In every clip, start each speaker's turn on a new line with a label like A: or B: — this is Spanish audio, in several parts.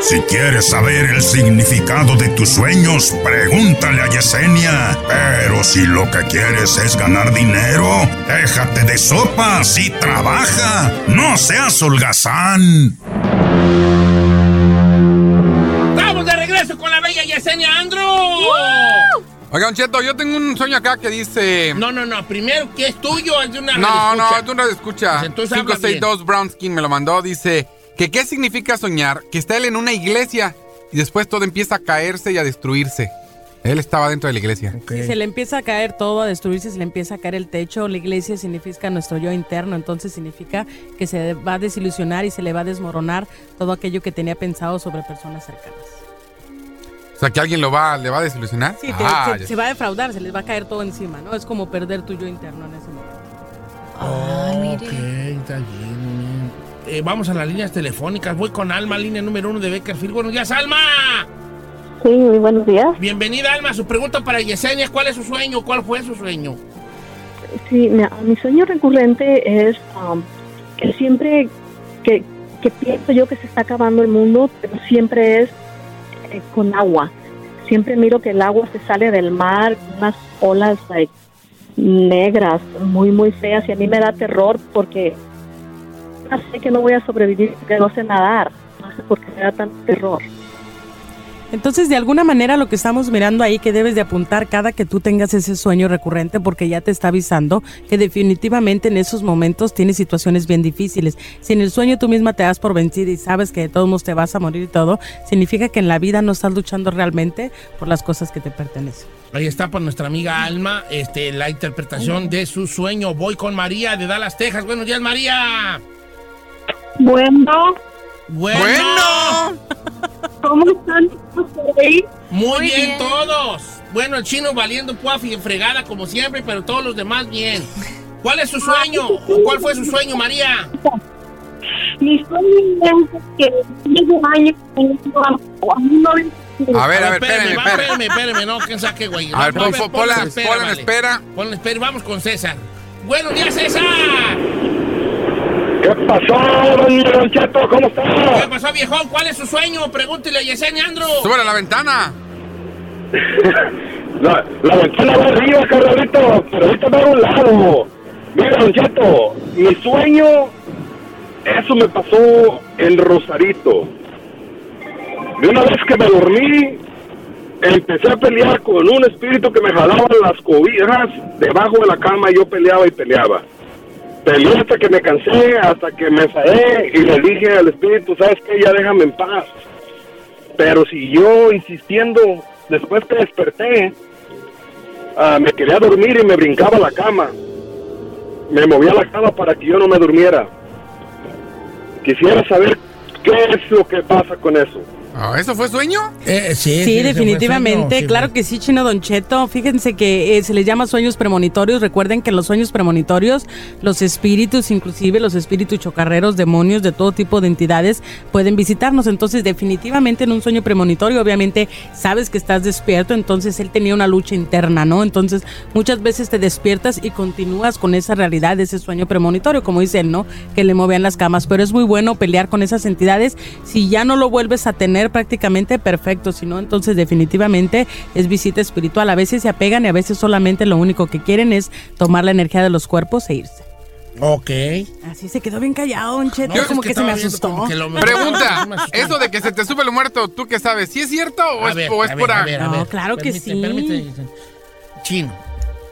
A: Si quieres saber el significado de tus sueños, pregúntale a Yesenia. Pero si lo que quieres es ganar dinero, déjate de sopas y trabaja. No seas holgazán.
B: ¡Estamos de regreso con la bella Yesenia Andro!
C: Oiga, Don Cheto, yo tengo un sueño acá que dice.
B: No, no, no. Primero, ¿qué es tuyo? Es de una
C: No,
B: radioescucha.
C: no, tú no lo escucha.
B: entonces habla
C: 562 Brown Skin me lo mandó. Dice que qué significa soñar que está él en una iglesia y después todo empieza a caerse y a destruirse. Él estaba dentro de la iglesia.
D: Si se le empieza a caer todo, a destruirse, se le empieza a caer el techo, la iglesia significa nuestro yo interno, entonces significa que se va a desilusionar y se le va a desmoronar todo aquello que tenía pensado sobre personas cercanas.
C: O sea, que alguien lo va, le va a desilusionar.
D: Sí, te-
C: Ah,
D: se,
C: ya
D: se va a defraudar, se les va a caer todo encima, ¿no? Es como perder tu yo interno en ese momento.
B: Ok, está bien. muy bien. Eh, vamos a las líneas telefónicas. Voy con Alma, línea número uno de Beckerfield. Buenos días, Alma.
E: Sí, muy buenos días.
B: Bienvenida, Alma. Su pregunta para Yesenia: ¿Cuál es su sueño? ¿Cuál fue su sueño?
E: Sí, mi, mi sueño recurrente es um, que siempre que, que pienso yo que se está acabando el mundo, pero siempre es eh, con agua. Siempre miro que el agua se sale del mar, unas olas like, negras, muy, muy feas, y a mí me da terror porque ya sé que no voy a sobrevivir, que no sé nadar, no sé por qué me da tanto terror.
D: Entonces, de alguna manera, lo que estamos mirando ahí que debes de apuntar cada que tú tengas ese sueño recurrente, porque ya te está avisando que definitivamente en esos momentos tienes situaciones bien difíciles. Si en el sueño tú misma te das por vencida y sabes que de todos modos te vas a morir y todo, significa que en la vida no estás luchando realmente por las cosas que te pertenecen.
B: Ahí está para nuestra amiga Alma este, la interpretación de su sueño. Voy con María de Dallas, Texas. Buenos días, María.
E: Bueno,
B: Bueno.
E: ¿cómo están
B: Muy,
F: Muy
B: bien,
F: bien.
B: todos. Bueno, el chino valiendo puafi y fregada como siempre, pero todos los demás bien. ¿Cuál es su sueño? ¿O cuál fue su sueño, María?
E: Mi sueño es que llegue un año a mí no
C: ya. A ver, a ver,
B: espérame,
C: espérame,
B: va,
C: espérame.
B: espérame, espérame, no, quién sabe qué, güey.
C: A ver, pon- pon- ponla
B: en espera,
C: ponla en
B: vale.
C: espera.
B: Ponla en espera. Vamos con César. Buenos días, César.
G: ¿Qué pasó, don Cheto? ¿Cómo
B: ¿Qué
G: está?
B: pasó, viejón? ¿Cuál es su sueño? Pregúntele a Yesenia Andro.
C: Súbele a la ventana.
G: La, la ventana va arriba, carnalito, pero ahorita va a un lado. Mira, don Cheto, mi sueño, eso me pasó en Rosarito. De una vez que me dormí, empecé a pelear con un espíritu que me jalaba las cobijas debajo de la cama y yo peleaba y peleaba. Peleé hasta que me cansé, hasta que me enfadé y le dije al espíritu, ¿sabes qué? Ya déjame en paz. Pero si yo insistiendo, después que desperté, ah, me quería dormir y me brincaba a la cama. me movía la cama para que yo no me durmiera. Quisiera saber qué es lo que pasa con eso.
C: Ah, ¿Eso fue sueño?
B: Eh, sí,
D: Sí,
B: sí, ese fue
D: definitivamente,
B: sueño, sí,
D: claro
B: fue.
D: que sí, Chino Don Cheto. Fíjense que eh, se les llama sueños premonitorios. Recuerden que en los sueños premonitorios, los espíritus, inclusive los espíritus chocarreros, demonios de todo tipo de entidades, pueden visitarnos. Entonces, definitivamente en un sueño premonitorio, obviamente sabes que estás despierto, entonces él tenía una lucha interna, ¿no? Entonces, muchas veces te despiertas y continúas con esa realidad, ese sueño premonitorio, como dice él, ¿no? Que le movían las camas. Pero es muy bueno pelear con esas entidades. Si ya no lo vuelves a tener prácticamente, perfecto. Si no, entonces definitivamente es visita espiritual. A veces se apegan y a veces solamente lo único que quieren es tomar la energía de los cuerpos e irse.
B: Ok.
D: Así se quedó bien callado, un cheto.
B: No, es
D: como
B: que
D: que, se me
B: estaba viendo
D: asustó.
B: como que lo-
C: Pregunta,
B: Me asustó.
C: eso de que se te sube el muerto, ¿tú qué sabes? ¿Sí es cierto o
B: A
C: es,
B: ver,
C: o es
B: a ver,
C: pura-
B: a ver, a
D: No,
B: ver.
D: claro que
B: Permite,
D: sí.
B: permite. Chino.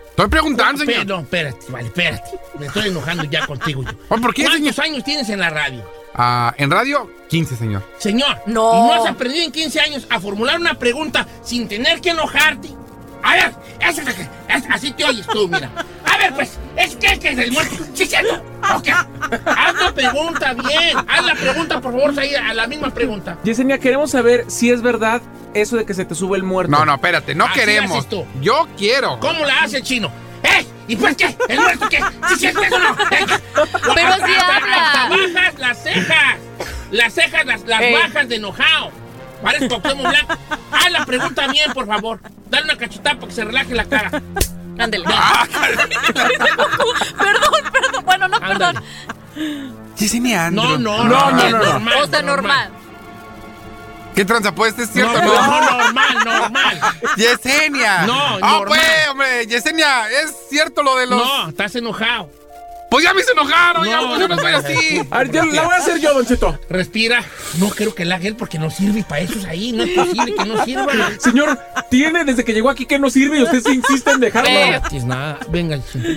C: Estoy preguntando,
B: Pe-
C: señor.
B: No, espérate, vale, espérate. Me estoy enojando ya contigo. Yo.
C: Oh, ¿por qué,
B: ¿Cuántos años tienes en la radio?
C: Ah, en radio, 15, señor.
B: Señor,
H: No.
B: ¿y no has aprendido en 15 años a formular una pregunta sin tener que enojarte? A ver, eso es lo que- es- así te oyes tú, mira. A ver, pues, ¿es que que es el muerto? ¿Sí, cierto? Ok. Haz la pregunta bien. Haz la pregunta, por favor, Said, a la misma pregunta.
I: Yesenia, queremos saber si es verdad eso de que se te sube el muerto.
C: No, no, espérate, no
B: Así
C: queremos.
B: haces tú.
C: Yo quiero.
B: ¿Cómo la hace el chino? ¡Eh! ¿Y pues qué? ¿El muerto qué? ¡Ah, ¿Sí, cierto o no?
H: Pero sí habla.
B: bajas las cejas. Las cejas las, las
H: Ey.
B: bajas de enojado. Parece Cuauhtémoc Blanco. Haz la pregunta bien, por favor. Dale una cachetada para que se relaje la cara.
H: Ándele.
C: Ah, caray.
H: perdón, perdón. Bueno, no,
B: Ándale.
H: perdón.
C: Yesenia Andrew.
B: No, no,
I: No,
B: no,
I: no,
B: es
I: no, no.
B: Normal,
H: o sea, normal.
C: ¿Qué tranza pues? ¿Es
B: No,
C: cierto o
B: no,
C: no?
B: no, normal, normal.
C: Yesenia.
B: No,
C: Ah,
B: normal.
C: pues, hombre, Yesenia, ¿es cierto lo de los...?
B: No, estás enojado.
C: Pues ya me hice enojar, ¿no? ya,
B: No,
C: pues, yo no
B: no,
C: soy
B: no,
C: así.
I: A ver, yo- la voy a hacer yo, Don Cheto.
B: Respira. No creo que la haga él porque no sirve para eso es ahí. No es posible que no sirva.
I: Señor, tiene desde que llegó aquí que no sirve y usted se insiste en dejarlo.
B: No, es nada. Venga, el chino.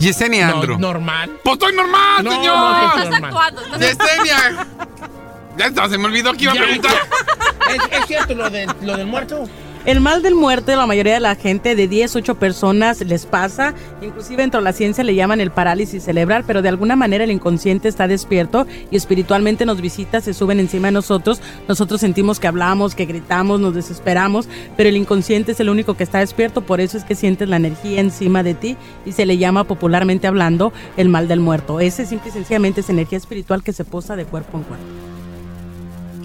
C: Yesenia
B: No,
C: Andrew.
B: normal.
C: Pues estoy normal,
B: No, no,
C: señor.
B: no,
H: Estás
B: Normal.
H: actuando. estás-
C: Yesenia. Ya está, se me olvidó que iba a
B: Ya,
C: preguntar.
B: ya. ¿Es, es cierto lo, del- lo del muerto?
D: El mal del muerto, la mayoría de la gente, de 10, 8 personas les pasa. Inclusive dentro de la ciencia le llaman el parálisis cerebral, pero de alguna manera el inconsciente está despierto y espiritualmente nos visita, se suben encima de nosotros. Nosotros sentimos que hablamos, que gritamos, nos desesperamos, pero el inconsciente es el único que está despierto, por eso es que sientes la energía encima de ti y se le llama popularmente hablando el mal del muerto. Ese simple y sencillamente es energía espiritual que se posa de cuerpo en cuerpo.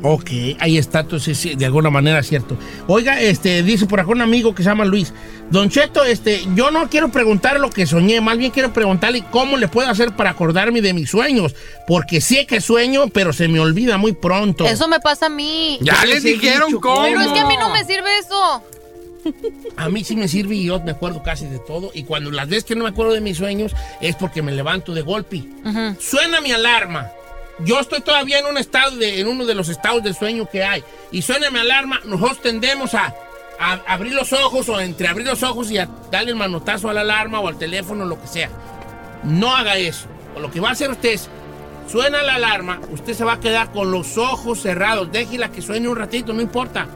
B: Ok, ahí está, entonces sí, de alguna manera cierto. Oiga, este, dice por acá un amigo que se llama Luis. Don Cheto, este, yo no quiero preguntar lo que soñé, más bien quiero preguntarle cómo le puedo hacer para acordarme de mis sueños. Porque sé que sueño, pero se me olvida muy pronto.
H: Eso me pasa a mí.
C: Ya
B: Ya
C: les
B: les he
C: dijeron
B: dicho,
C: cómo.
H: Pero es que a mí no me sirve eso.
B: A mí sí me sirve y yo me acuerdo casi de todo. Y cuando las veces que no me acuerdo de mis sueños es porque me levanto de golpe. Suena mi alarma. Yo estoy todavía en un estado de, en uno de los estados de sueño que hay. Y suena mi alarma, nosotros tendemos a, a abrir los ojos o entre abrir los ojos y a darle el manotazo a la alarma o al teléfono, lo que sea. No haga eso. Lo que va a hacer usted es, suena la alarma, usted se va a quedar con los ojos cerrados. Déjela que suene un ratito, no importa.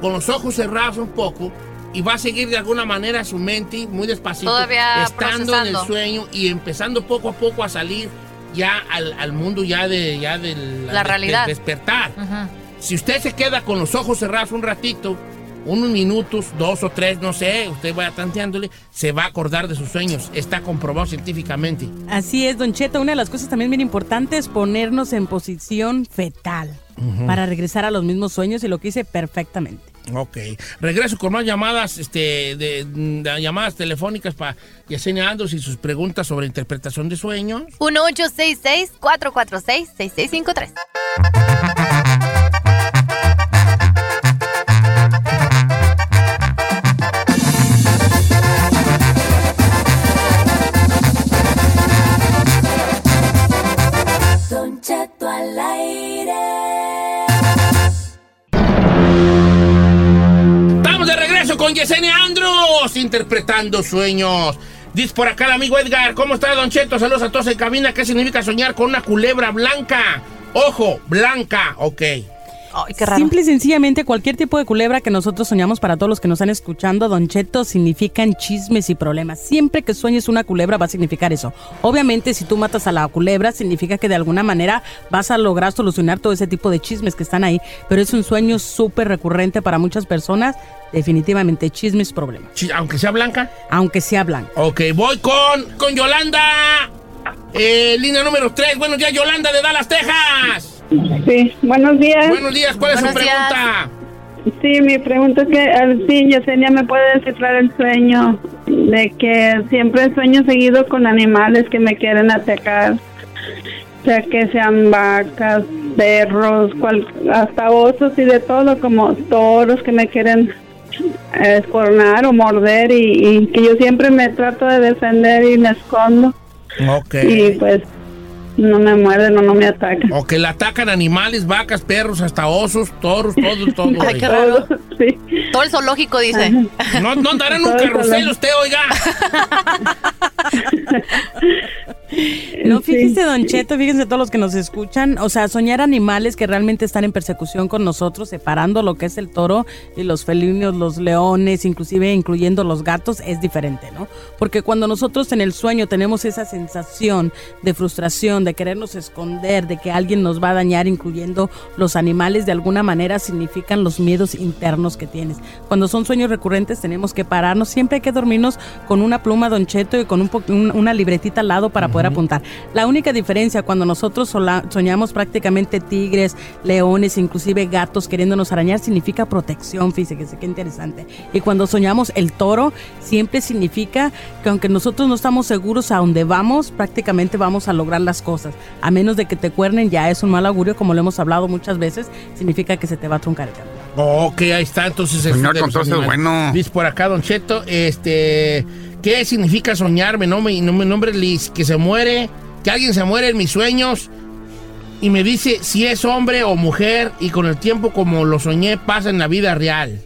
B: Con los ojos cerrados un poco y va a seguir de alguna manera su mente muy despacito.
H: Todavía
B: estando en
H: procesando.
B: el sueño y empezando poco a poco a salir ya al, al mundo ya de ya del-
H: La realidad.
B: despertar.
H: Ajá.
B: Si usted se queda con los ojos cerrados un ratito, unos minutos, dos o tres, no sé, usted vaya tanteándole, se va a acordar de sus sueños. Está comprobado científicamente.
D: Así es, Don Cheto. Una de las cosas también bien importantes es ponernos en posición fetal para regresar a los mismos sueños y lo que hice perfectamente.
B: Ok. Regreso con más llamadas, este, de, de llamadas telefónicas para Yesenia Andros y sus preguntas sobre interpretación de sueños.
H: 1-866-446-6653.
B: Estamos de regreso con Yesenia Andros interpretando sueños. Dice por acá el amigo Edgar, ¿cómo está Don Cheto? Saludos a todos en cabina. ¿Qué significa soñar con una culebra blanca? Ojo, blanca, ok.
J: Ay, qué raro.
D: Simple y sencillamente, cualquier tipo de culebra que nosotros soñamos para todos los que nos están escuchando, Don Cheto, significan chismes y problemas. Siempre que sueñes una culebra va a significar eso. Obviamente, si tú matas a la culebra, significa que de alguna manera vas a lograr solucionar todo ese tipo de chismes que están ahí. Pero es un sueño súper recurrente para muchas personas. Definitivamente, chismes, problemas.
B: Aunque sea blanca.
D: Aunque sea blanca.
B: Ok, voy con, con Yolanda. Eh, línea número 3. Buenos días, Yolanda de Dallas, Texas.
K: Sí, buenos días.
B: Buenos días, ¿cuál es su pregunta?
K: Sí, mi pregunta es que al fin Yesenia me puede descifrar el sueño de que siempre sueño seguido con animales que me quieren atacar, sea que sean vacas, perros, cual- hasta osos y de todo, como toros que me quieren eh, escornar o morder y, y que yo siempre me trato de defender y me escondo
B: Ok.
K: y pues no me muerden o no me atacan.
B: O que la atacan animales, vacas, perros, hasta osos, toros, todo, todo.
J: Ay, Ah, qué
B: güey.
J: raro. Todo el zoológico dice.
B: No, no andará en un carrusel usted, oiga.
D: No, fíjese, Don Cheto, fíjense todos los que nos escuchan. O sea, soñar animales que realmente están en persecución con nosotros, separando lo que es el toro y los felinos, los leones, inclusive incluyendo los gatos, es diferente, ¿no? Porque cuando nosotros en el sueño tenemos esa sensación de frustración, de querernos esconder, de que alguien nos va a dañar, incluyendo los animales, de alguna manera significan los miedos internos que tienes. Cuando son sueños recurrentes tenemos que pararnos, siempre hay que dormirnos con una pluma, don Cheto, y con un po- un- una libretita al lado para poder apuntar. La única diferencia cuando nosotros sola- soñamos prácticamente tigres, leones, inclusive gatos queriéndonos arañar, significa protección, fíjese, qué interesante. Y cuando soñamos el toro, siempre significa que aunque nosotros no estamos seguros a dónde vamos, prácticamente vamos a lograr las cosas. A menos de que te cuernen, ya es un mal augurio, como lo hemos hablado muchas veces, significa que se te va a truncar el camino.
B: Ok, ahí está, entonces. este,
C: Soñar
B: de
C: con
B: los
C: toros es
B: animales.
C: bueno.
B: Dice por acá, Don Cheto, este. ¿Qué significa soñarme? No me, no me nombre Liz, que se muere, que alguien se muere en mis sueños y me dice si es hombre o mujer y con el tiempo como lo soñé pasa en la vida real.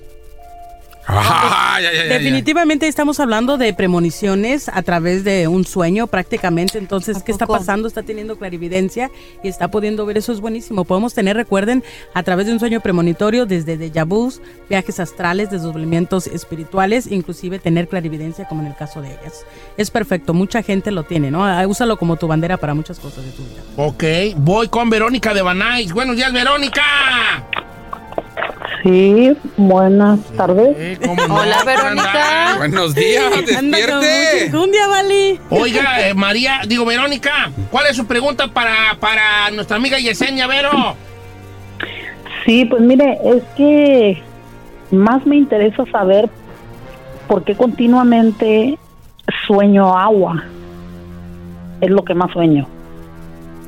D: Definitivamente estamos hablando de premoniciones a través de un sueño prácticamente. Entonces, ¿qué está pasando? Está teniendo clarividencia y está pudiendo ver. Eso es buenísimo. Podemos tener, recuerden, a través de un sueño premonitorio, desde déjà vus, viajes astrales, desdoblamientos espirituales, inclusive tener clarividencia como en el caso de ellas. Es perfecto. Mucha gente lo tiene, ¿no? Ah, Úsalo como tu bandera para muchas cosas de tu vida.
B: Ok, voy con Verónica de Banais. Buenos días, Verónica.
F: Sí, buenas tardes.
B: Hola, Verónica.
C: Buenos días, despierte.
D: Un día, Vali.
B: Oiga, eh, María, digo, Verónica, ¿cuál es su pregunta para, para nuestra amiga Yesenia Vero?
F: Sí, pues mire, es que más me interesa saber por qué continuamente sueño agua. Es lo que más sueño.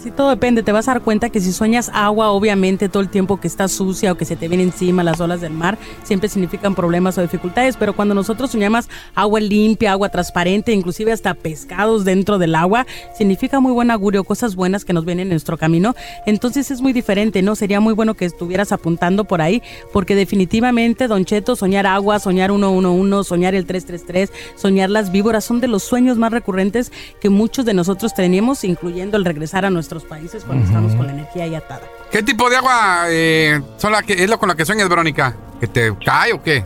D: Sí, todo depende. Te vas a dar cuenta que si sueñas agua, obviamente todo el tiempo que está sucia o que se te viene encima las olas del mar, siempre significan problemas o dificultades. Pero cuando nosotros soñamos agua limpia, agua transparente, inclusive hasta pescados dentro del agua, significa muy buen augurio, cosas buenas que nos vienen en nuestro camino. Entonces es muy diferente, ¿no? Sería muy bueno que estuvieras apuntando por ahí, porque definitivamente, Don Cheto, soñar agua, soñar 111, soñar el 333, soñar las víboras, son de los sueños más recurrentes que muchos de nosotros tenemos, incluyendo el regresar a nuestros países cuando estamos con la energía ahí atada.
C: ¿Qué tipo de agua eh, son la que, es lo con la que sueñas, Verónica? ¿Que te cae o qué?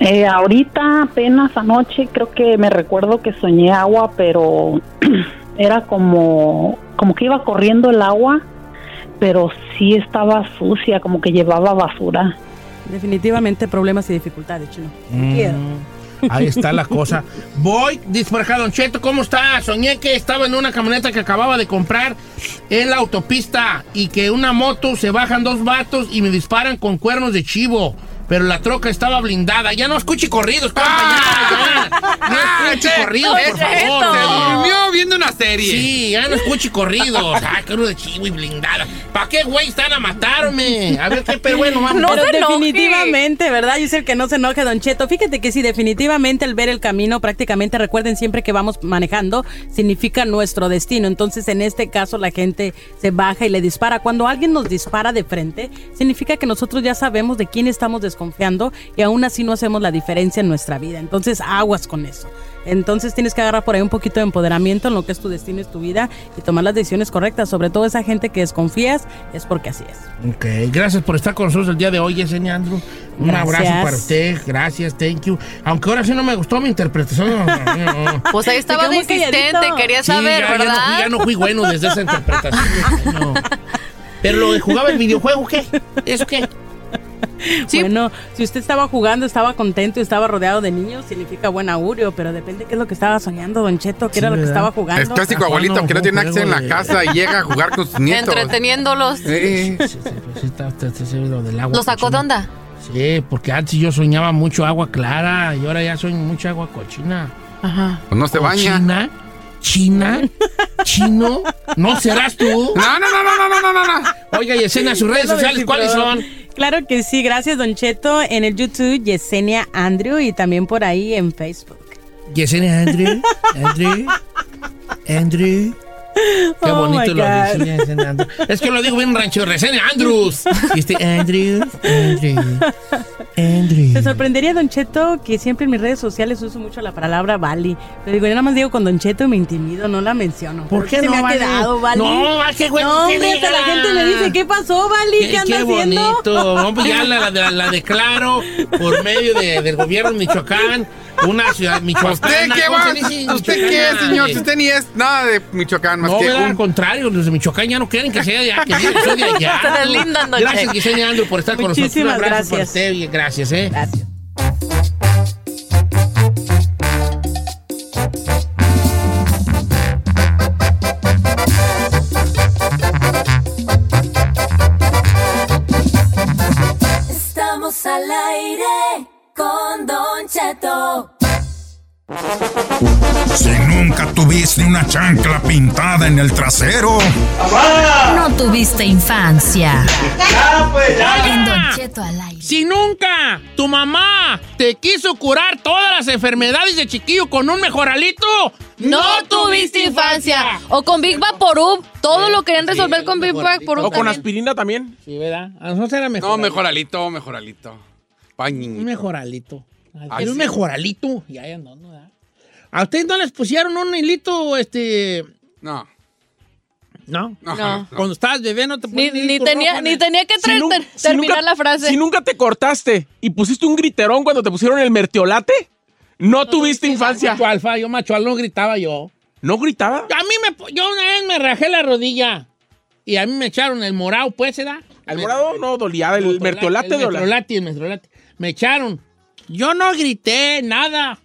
F: Eh, ahorita apenas anoche creo que me recuerdo que soñé agua, pero era como como que iba corriendo el agua, pero sí estaba sucia, como que llevaba basura.
D: Definitivamente problemas y dificultades, chino. Quiero.
B: Mm. Ahí está la cosa. Voy, dice por acá, Don Cheto, ¿cómo está? Soñé que estaba en una camioneta que acababa de comprar en la autopista y que una moto se bajan dos vatos y me disparan con cuernos de chivo. Pero la troca estaba blindada. Ya no escuche corridos, compa, ya, ya. No escuche
C: Cheto,
B: corridos, por
C: Cheto.
B: favor.
C: Se durmió viendo una serie.
B: Sí, ya no escuche corridos. Ay, cuernos de chivo y blindada. ¿Para qué, güey, están a matarme? A ver qué, pero bueno, vamos.
D: Pero definitivamente, ¿verdad? Yo el que no se enoje, Don Cheto. Fíjate que sí, definitivamente el ver el camino, prácticamente recuerden siempre que vamos manejando, significa nuestro destino. Entonces, en este caso, la gente se baja y le dispara. Cuando alguien nos dispara de frente, significa que nosotros ya sabemos de quién estamos desconfiando y aún así no hacemos la diferencia en nuestra vida. Entonces, aguas con eso. Entonces tienes que agarrar por ahí un poquito de empoderamiento en lo que es tu destino, es tu vida y tomar las decisiones correctas. Sobre todo esa gente que desconfías es porque así es.
B: Ok, gracias por estar con nosotros el día de hoy, Yesenia Andrew. Un
D: Gracias.
B: abrazo para usted, gracias, thank you. Aunque ahora sí no me gustó mi interpretación.
J: Pues ahí estaba de insistente, quería
B: Sí,
J: saber,
B: ya, ya no,
J: ¿verdad?
B: fui- ya no fui bueno desde esa interpretación. No. Pero lo de jugaba el videojuego, ¿qué? ¿Eso qué?
D: Bueno, si usted estaba jugando, estaba contento y estaba rodeado de niños, significa buen augurio, pero depende qué es lo que estaba soñando, Don Cheto, qué era lo que estaba jugando.
C: Es clásico abuelito que no tiene acceso en la casa y llega a jugar con sus nietos.
J: Entreteniéndolos.
C: Sí.
B: Sí, está- está- está- sí, lo del agua
J: ¿Lo sacó de onda?
B: cochina. Sí, porque antes yo soñaba mucho agua clara y ahora ya soy mucha agua cochina.
J: Ajá.
C: Pues No se baña.
B: China, China, chino, ¿no serás tú?
C: No, no, no, no, no, no, no.
B: Oiga, Yesenia, sus redes
D: Ya lo
B: sociales, ¿cuáles
D: descifró.
B: son?
D: Claro que sí, gracias Don Cheto, en el YouTube Yesenia Andrew y también por ahí en Facebook.
B: Yesenia Andrew, Andrew, Andrew. Qué
D: Oh,
B: bonito
D: my
B: lo
D: God.
B: de Yesenia, Yesenia Andrew. Es que lo digo bien rancho, Yesenia Andrews. Y este Andrew, Andrew, Andrew.
D: Te sorprendería, Don Cheto, que siempre en mis redes sociales uso mucho la palabra Bali. Le digo, yo nada más digo con Don Cheto y me intimido, no la menciono.
B: ¿Por qué
D: se
B: no,
D: me ha
B: Vali?
D: quedado, Bali?
B: No, Vali, qué bueno
D: No,
B: que
D: hombre, hasta la
B: diga.
D: gente me dice, ¿qué pasó, Bali? ¿Qué, anda haciendo?
B: bonito. No, pues ya la, la- la declaro por medio de- del gobierno de Michoacán, una ciudad michoacana.
C: Pues, ¿Usted qué
B: ¿Cómo
C: va?
B: se dice?
C: ¿Usted qué es,
B: Michoacana,
C: señor?
B: eh.
C: Si usted ni es nada de Michoacán más
B: No,
C: que
B: ¿verdad?
C: un
B: al contrario, los de Michoacán ya no quieren que sea ya, que sea- que sea de allá.
J: Se deslindan, don
B: Gracias,
J: Che.
B: Yesenia Andrew, por estar con nosotros. Un
D: Muchísimas
B: abrazo
D: gracias.
B: para usted, bien, gracias, ¿eh?
D: Gracias.
L: Estamos al aire con Don Cheto.
A: Si nunca tuviste una chancla pintada en el trasero,
M: No tuviste infancia.
I: pues,
C: pues,
M: En Don Cheto al aire.
B: Si nunca tu mamá te quiso curar todas las enfermedades de chiquillo con un mejoralito,
J: No tuviste infancia. O con Big Vaporub. Todo lo querían resolver con Big Vaporub.
I: O con
J: también.
I: aspirina también.
B: Sí, ¿verdad? A nosotros era mejor.
C: No, mejoralito, mejoralito.
B: Un
C: Pañín.
B: mejoralito. Ay,
C: Ay,
B: era un
C: sí.
B: mejoralito. Ya, ya no, no, ¿verdad? ¿A ustedes no les pusieron un hilito, este...
C: No.
B: No.
C: No. No.
B: Cuando estabas bebé no te
J: Ni,
B: ponían
J: ni
B: hilito
J: tenía,
B: rojo,
J: ni
B: ¿no?
J: tenía que
I: Si
J: traer-
I: nunca-
J: ter-
I: si
J: terminar
I: nunca-
J: la frase.
I: Si nunca te cortaste y pusiste un griterón cuando te pusieron el mertiolate, no, tuviste infancia.
B: Macho alfa, yo macho alfa, no gritaba yo.
I: ¿No gritaba?
B: A mí me... po- Yo una vez me rajé la rodilla. Y a mí me echaron el morado, pues, ¿era?
I: Al morado no dolía, el mertiolate
B: El
I: dolía.
B: mertiolate, el mertiolate. Me echaron. Yo no grité nada.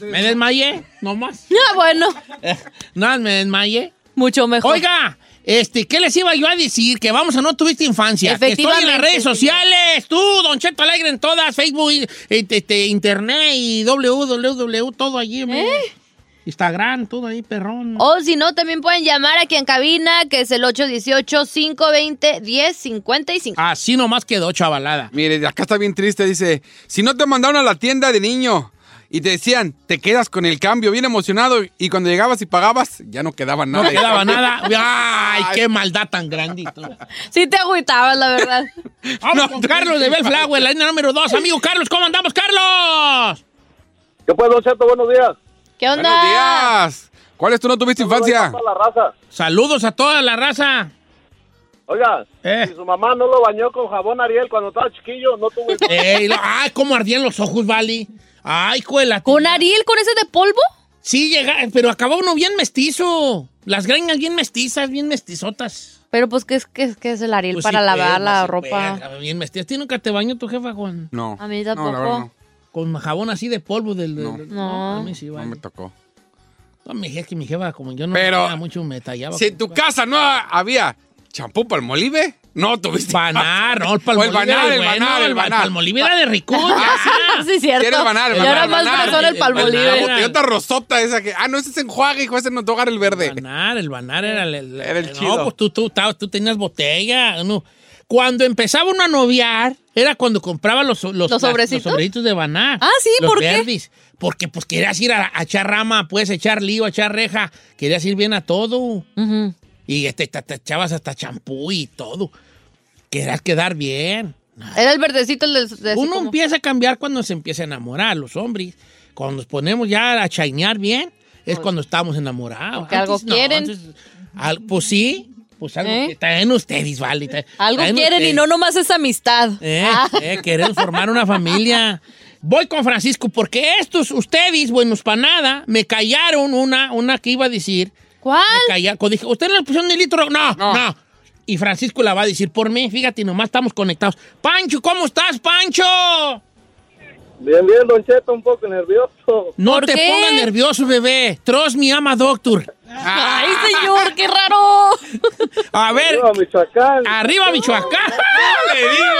B: Me desmayé, nomás.
J: Ah, bueno.
B: Nada, me desmayé.
J: Mucho mejor.
B: Oiga, este, ¿qué les iba yo a decir? Que vamos a no tuviste infancia.
J: Efectivamente,
B: Estoy en las redes
J: señor.
B: sociales. Tú, Don Cheto Alegre en todas, Facebook, y- este, este, internet y www, todo allí. hombre.
J: ¿Eh?
B: Instagram, todo ahí, perrón.
J: O si no, también pueden llamar aquí en cabina, que es el 818-520-1055.
B: Así nomás quedó chavalada.
C: Mire, acá está bien triste, dice, si no te mandaron a la tienda de niño y te decían, te quedas con el cambio, bien emocionado, y cuando llegabas y pagabas, ya no quedaba
B: No
C: nada.
B: quedaba nada. Ay, qué maldad tan grandito.
J: Sí te agüitabas, la verdad.
B: Vamos con Carlos de Bellflower, la línea número dos. Amigo Carlos, ¿cómo andamos, Carlos?
G: ¿Qué pues, Don Cheto? Buenos días.
J: ¿Qué onda?
C: Buenos días. ¿Cuál es tu no tuviste infancia?
G: Para la raza.
B: Saludos a toda la raza.
G: Oiga,
B: Eh.
G: si su mamá no lo bañó con jabón Ariel cuando estaba chiquillo, no tuvo
B: Ey, lo- ay, cómo ardían los ojos, Vali. Ay, cuela.
J: ¿Con Ariel, con ese de polvo?
B: Sí, llega, pero acabó uno bien mestizo. Las greñas bien mestizas, bien mestizotas.
J: Pero pues, ¿qué es, qué es, qué es el Ariel
B: Pues
J: para
B: sí
J: lavar
B: pega,
J: la
B: sí
J: ropa?
B: pega, Ah, bien mestizas. ¿Tiene nunca te bañó tu jefa, Juan?
C: No.
J: A mí
C: No, la verdad
J: tampoco.
C: no.
B: Con jabón así de polvo del... del-
C: No.
B: del-
J: No.
B: a mí sí,
C: No
B: Vali.
C: me tocó.
B: No, mi jefa, que mi jefa, como yo no
C: Pero-
B: me mucho, me tallaba.
C: Si
B: con-
C: en tu casa no había champú para el molive, no tuviste
B: Banar, no, el
C: O el
B: palmolive
C: banar,
B: era
C: el
B: bueno,
C: banar, el Ah,
B: el
C: banar.
B: palmolive era de ricón. ya.
J: sí, cierto.
C: Quiero el banar, el
J: Yo
C: banar,
J: era
C: el
J: más
C: banar.
J: persona el
C: La
B: banar.
J: palmolive.
C: botellota rosota esa que... Ah, no, ese es enjuague, hijo, ese no toca el verde.
B: El banar, el banar era el, el-
C: Era el
B: no,
C: chido.
B: pues tú, tú, estabas- tú tenías botella. no. Cuando empezaba uno a noviar, era cuando compraba los, los,
J: ¿Los
B: las-
J: sobrecitos?
B: de banar.
J: Ah, sí,
B: los
J: ¿por qué?
B: verdes. Porque pues querías ir a, a echar rama, pues echar lío, a echar reja. Querías ir bien a todo.
J: Ujú.
B: Y este, te, te echabas hasta champú y todo. Querías quedar bien.
J: Era el verdecito el del... de así
B: Uno
J: como-
B: empieza a cambiar cuando se empieza a enamorar, los hombres. Cuando nos ponemos ya a chainear bien, es cuando estamos enamorados.
J: Porque Pues algo
B: no,
J: quieren.
B: antes, al- pues sí, pues algo
J: ¿Eh?
B: que está en ustedes, vale. está-
J: Algo
B: está en
J: quieren y
B: ustedes.
J: no nomás es amistad.
B: Eh,
J: Ah.
B: eh, queremos formar una familia. Voy con Francisco, porque estos, ustedes, buenos para nada, me callaron una, una que iba a decir.
J: ¿Cuál?
B: Me callaron. Cuando Dije, ¿usted no le pusieron el litro? No, no, Y Francisco la va a decir por mí. Fíjate, nomás estamos conectados. Pancho, ¿cómo estás, Pancho?
N: Bien, bien, Don Cheto, un poco nervioso.
B: No te pongas nervioso, bebé. Trust me, ama doctor.
J: ¡Ay, señor, qué raro!
B: A ver. Arriba Michoacán. Arriba Michoacán. Le digo.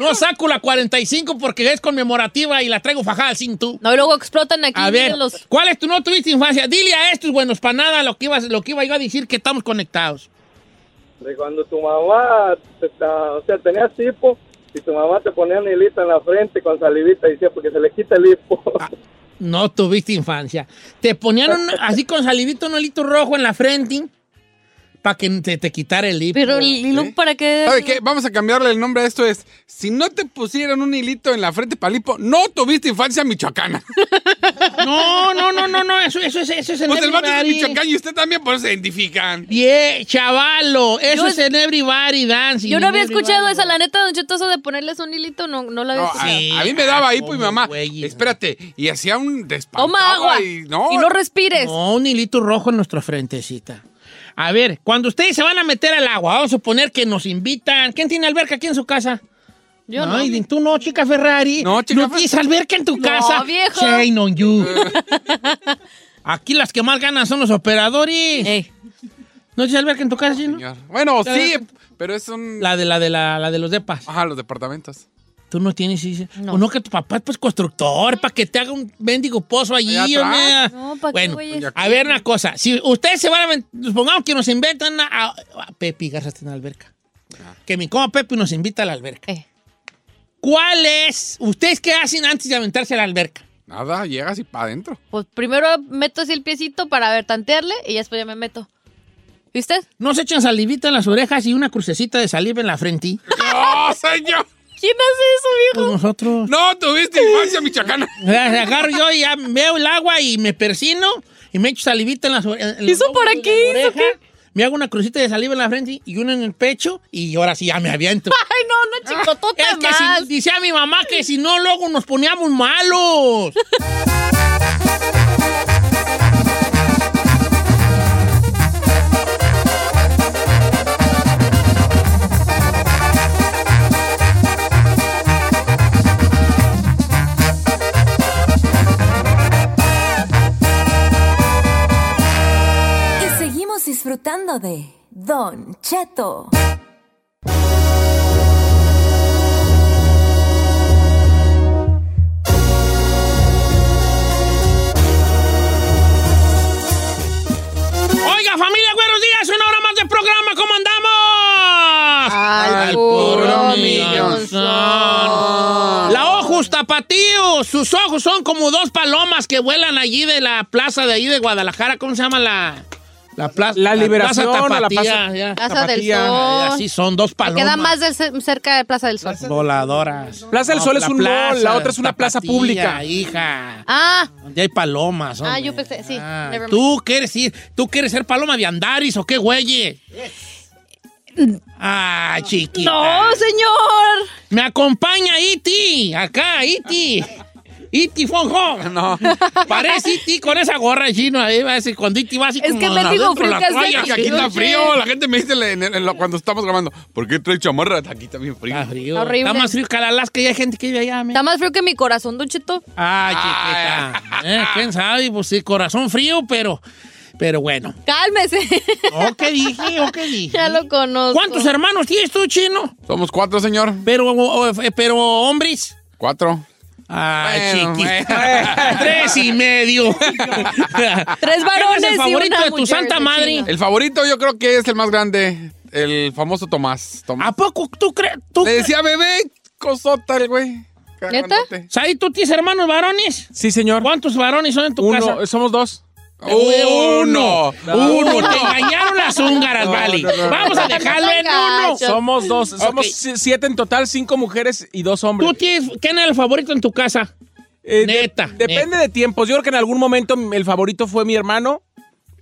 B: No saco la 45 porque es conmemorativa y la traigo fajada al cinto.
J: No, y luego explotan aquí.
B: A ver,
J: mírenlos.
B: ¿cuál es tu no tuviste infancia? Dile a estos buenos para nada lo que, ibas, lo que iba yo a decir que estamos conectados.
N: De cuando tu mamá, te ta- o sea, tenías hipo y tu mamá te ponía una hilita en la frente con salivita y decía, porque se le quita el hipo.
B: Ah, No tuviste infancia. Te ponían un- así con salivito un hilito rojo en la frente para que te, te quitara el hipo.
C: Pero el hilo
J: para qué.
C: ¿Sabe qué? Vamos a cambiarle el nombre a esto. Es, si no te pusieron un hilito en la frente palipo, no tuviste infancia michoacana.
B: No, no, no, no, no. Eso, eso, es- eso es en
C: Pues el vato es de
B: everybody.
C: Michoacán y usted también, pues se identifican.
B: Bien, chavalo. Eso
J: Yo-
B: es en everybody dancing.
J: Yo no
B: en
J: había escuchado
B: everybody.
J: esa, la neta, don Cheto, eso de ponerles un hilito, no, no la había
C: No, a,
J: escuchado.
C: a mí me daba ahí, pues mi mamá. Espérate, y hacía un despantado.
J: Ah, Toma agua
C: Y no,
J: y no respires.
B: No, un hilito rojo en nuestra frentecita. A ver, cuando ustedes se van a meter al agua, vamos a suponer que nos invitan. ¿Quién tiene alberca aquí en su casa?
J: Yo
B: Ay, di- tú no, chica Ferrari. No, chica No tienes alberca en tu
J: No,
B: casa.
J: viejo.
B: Shame on you.
C: Eh,
B: aquí las que más ganan son los operadores. ¿No tienes alberca en tu casa, Chino?
C: Bueno,
B: La
C: sí,
B: de-
C: pero es un.
B: La de, la, de la, la de los depas.
C: Ajá, los departamentos.
B: Tú no tienes, sí. No. no, que tu papá es pues constructor, para que te haga un mendigo pozo allí.
C: Allá atrás.
B: hombre.
J: No, ¿pa' qué,
B: bueno,
J: güey?
B: a ver una cosa. Si ustedes se van a... ven- Supongamos que nos inventan a... a- a Pepe Garza en la alberca.
C: Ah.
B: Que mi coma Pepe nos invita a la alberca. ¿Cuál es? ¿Ustedes qué hacen antes de aventarse a la alberca?
C: Nada, llegas y para adentro.
J: Pues primero meto así el piecito para ver, tantearle y ya después ya me meto. ¿Y usted?
B: Nos echan salivita en las orejas y una crucecita de saliva en la frente.
C: ¡No, señor!
J: ¿Quién hace
B: Pues nosotros...
C: ¡No tuviste infancia michoacana!
B: Agarro yo y ya veo el agua y me persino y me echo salivita en las orejas.
J: ¿Hizo por aquí? ¿Hizo
B: Me hago una crucita de saliva en la frente y una en el pecho y ahora sí ya me aviento.
J: Ay, no, no, chico, tú
B: es que si, dice a mi mamá que si no luego nos poníamos malos.
L: Y seguimos disfrutando de Don Cheto.
B: Oiga, familia, buenos días, una hora más de programa, ¿cómo andamos?
J: Al
B: puro
J: millón
B: son. La ojos tapatíos, sus ojos son como dos palomas que vuelan allí de la plaza de allí de Guadalajara, ¿cómo se llama la...? La plaza,
I: La Liberación,
B: plaza
I: o la
B: tapatía,
I: plaza-
B: ya.
J: Plaza del
B: Tapatía,
J: Sol.
B: Así son, dos
J: Me queda
B: palomas.
J: más del ce- cerca de Plaza del Sol.
B: Voladoras.
I: Plaza del
B: No,
I: Sol es
B: la
I: un mall, la
B: plaza
I: otra es una plaza
B: tapatía,
I: pública.
B: hija.
J: Ah,
B: Donde hay palomas,
J: ah,
B: hombre.
J: yo pensé, sí. never mind.
B: ¿Tú quieres ir? ¿Tú quieres ser paloma de Andaris o qué, güey? Ah, chiquita.
J: No, señor.
B: Me acompaña Iti, acá, E Iti. Iti Fonjo. No. Parece Iti con esa gorra china. eh, va así, Cuando Iti va así
J: Es
B: como
J: que me digo,
B: adentro la
J: frío que hace
B: toalla.
C: Que aquí está frío. La gente me dice en- en- en lo- cuando estamos grabando, ¿por qué trae chamarra? Aquí está bien frío. Está
B: frío.
J: Horrible.
B: Está más frío que la Alaska y hay gente que vive allá.
J: Está más frío que mi corazón, Don Cheto.
B: Ah, chiquita. Eh, ¿Quién sabe? Pues sí, corazón frío, pero, pero bueno.
J: Cálmese.
B: ¿O Oh, qué dije? ¿O qué dije?
J: Ya lo conozco.
B: ¿Cuántos hermanos tienes tú, chino?
C: Somos cuatro, señor.
B: Pero, o- o- eh, pero hombres.
C: Cuatro.
B: Ah,
C: Bueno,
B: chiquita. Tres y medio.
J: Tres varones
B: ¿Quién es el
J: y
B: favorito
J: una
B: de tu
J: mujer,
B: santa
J: de
B: madre?
C: El favorito yo creo que es el más grande, el famoso Tomás. ¿A
B: poco tú crees?
C: Le decía bebé cosota el güey.
J: ¿Neta?
B: ¿Sai, tú tienes hermanos varones?
I: Sí, señor.
B: ¿Cuántos varones son en tu
I: Uno,
B: casa? Eh,
I: Somos dos.
B: Uno.
I: No.
B: Uno.
I: No.
B: Te engañaron las húngaras,
I: No,
B: Vali.
I: no, no, no.
B: Vamos a dejarlo en uno.
I: Somos dos, somos si- siete en total, cinco mujeres y dos hombres.
B: ¿Tú tienes quién era el favorito en tu casa?
I: Neta. depende de tiempos. Yo creo que en algún momento el favorito fue mi hermano.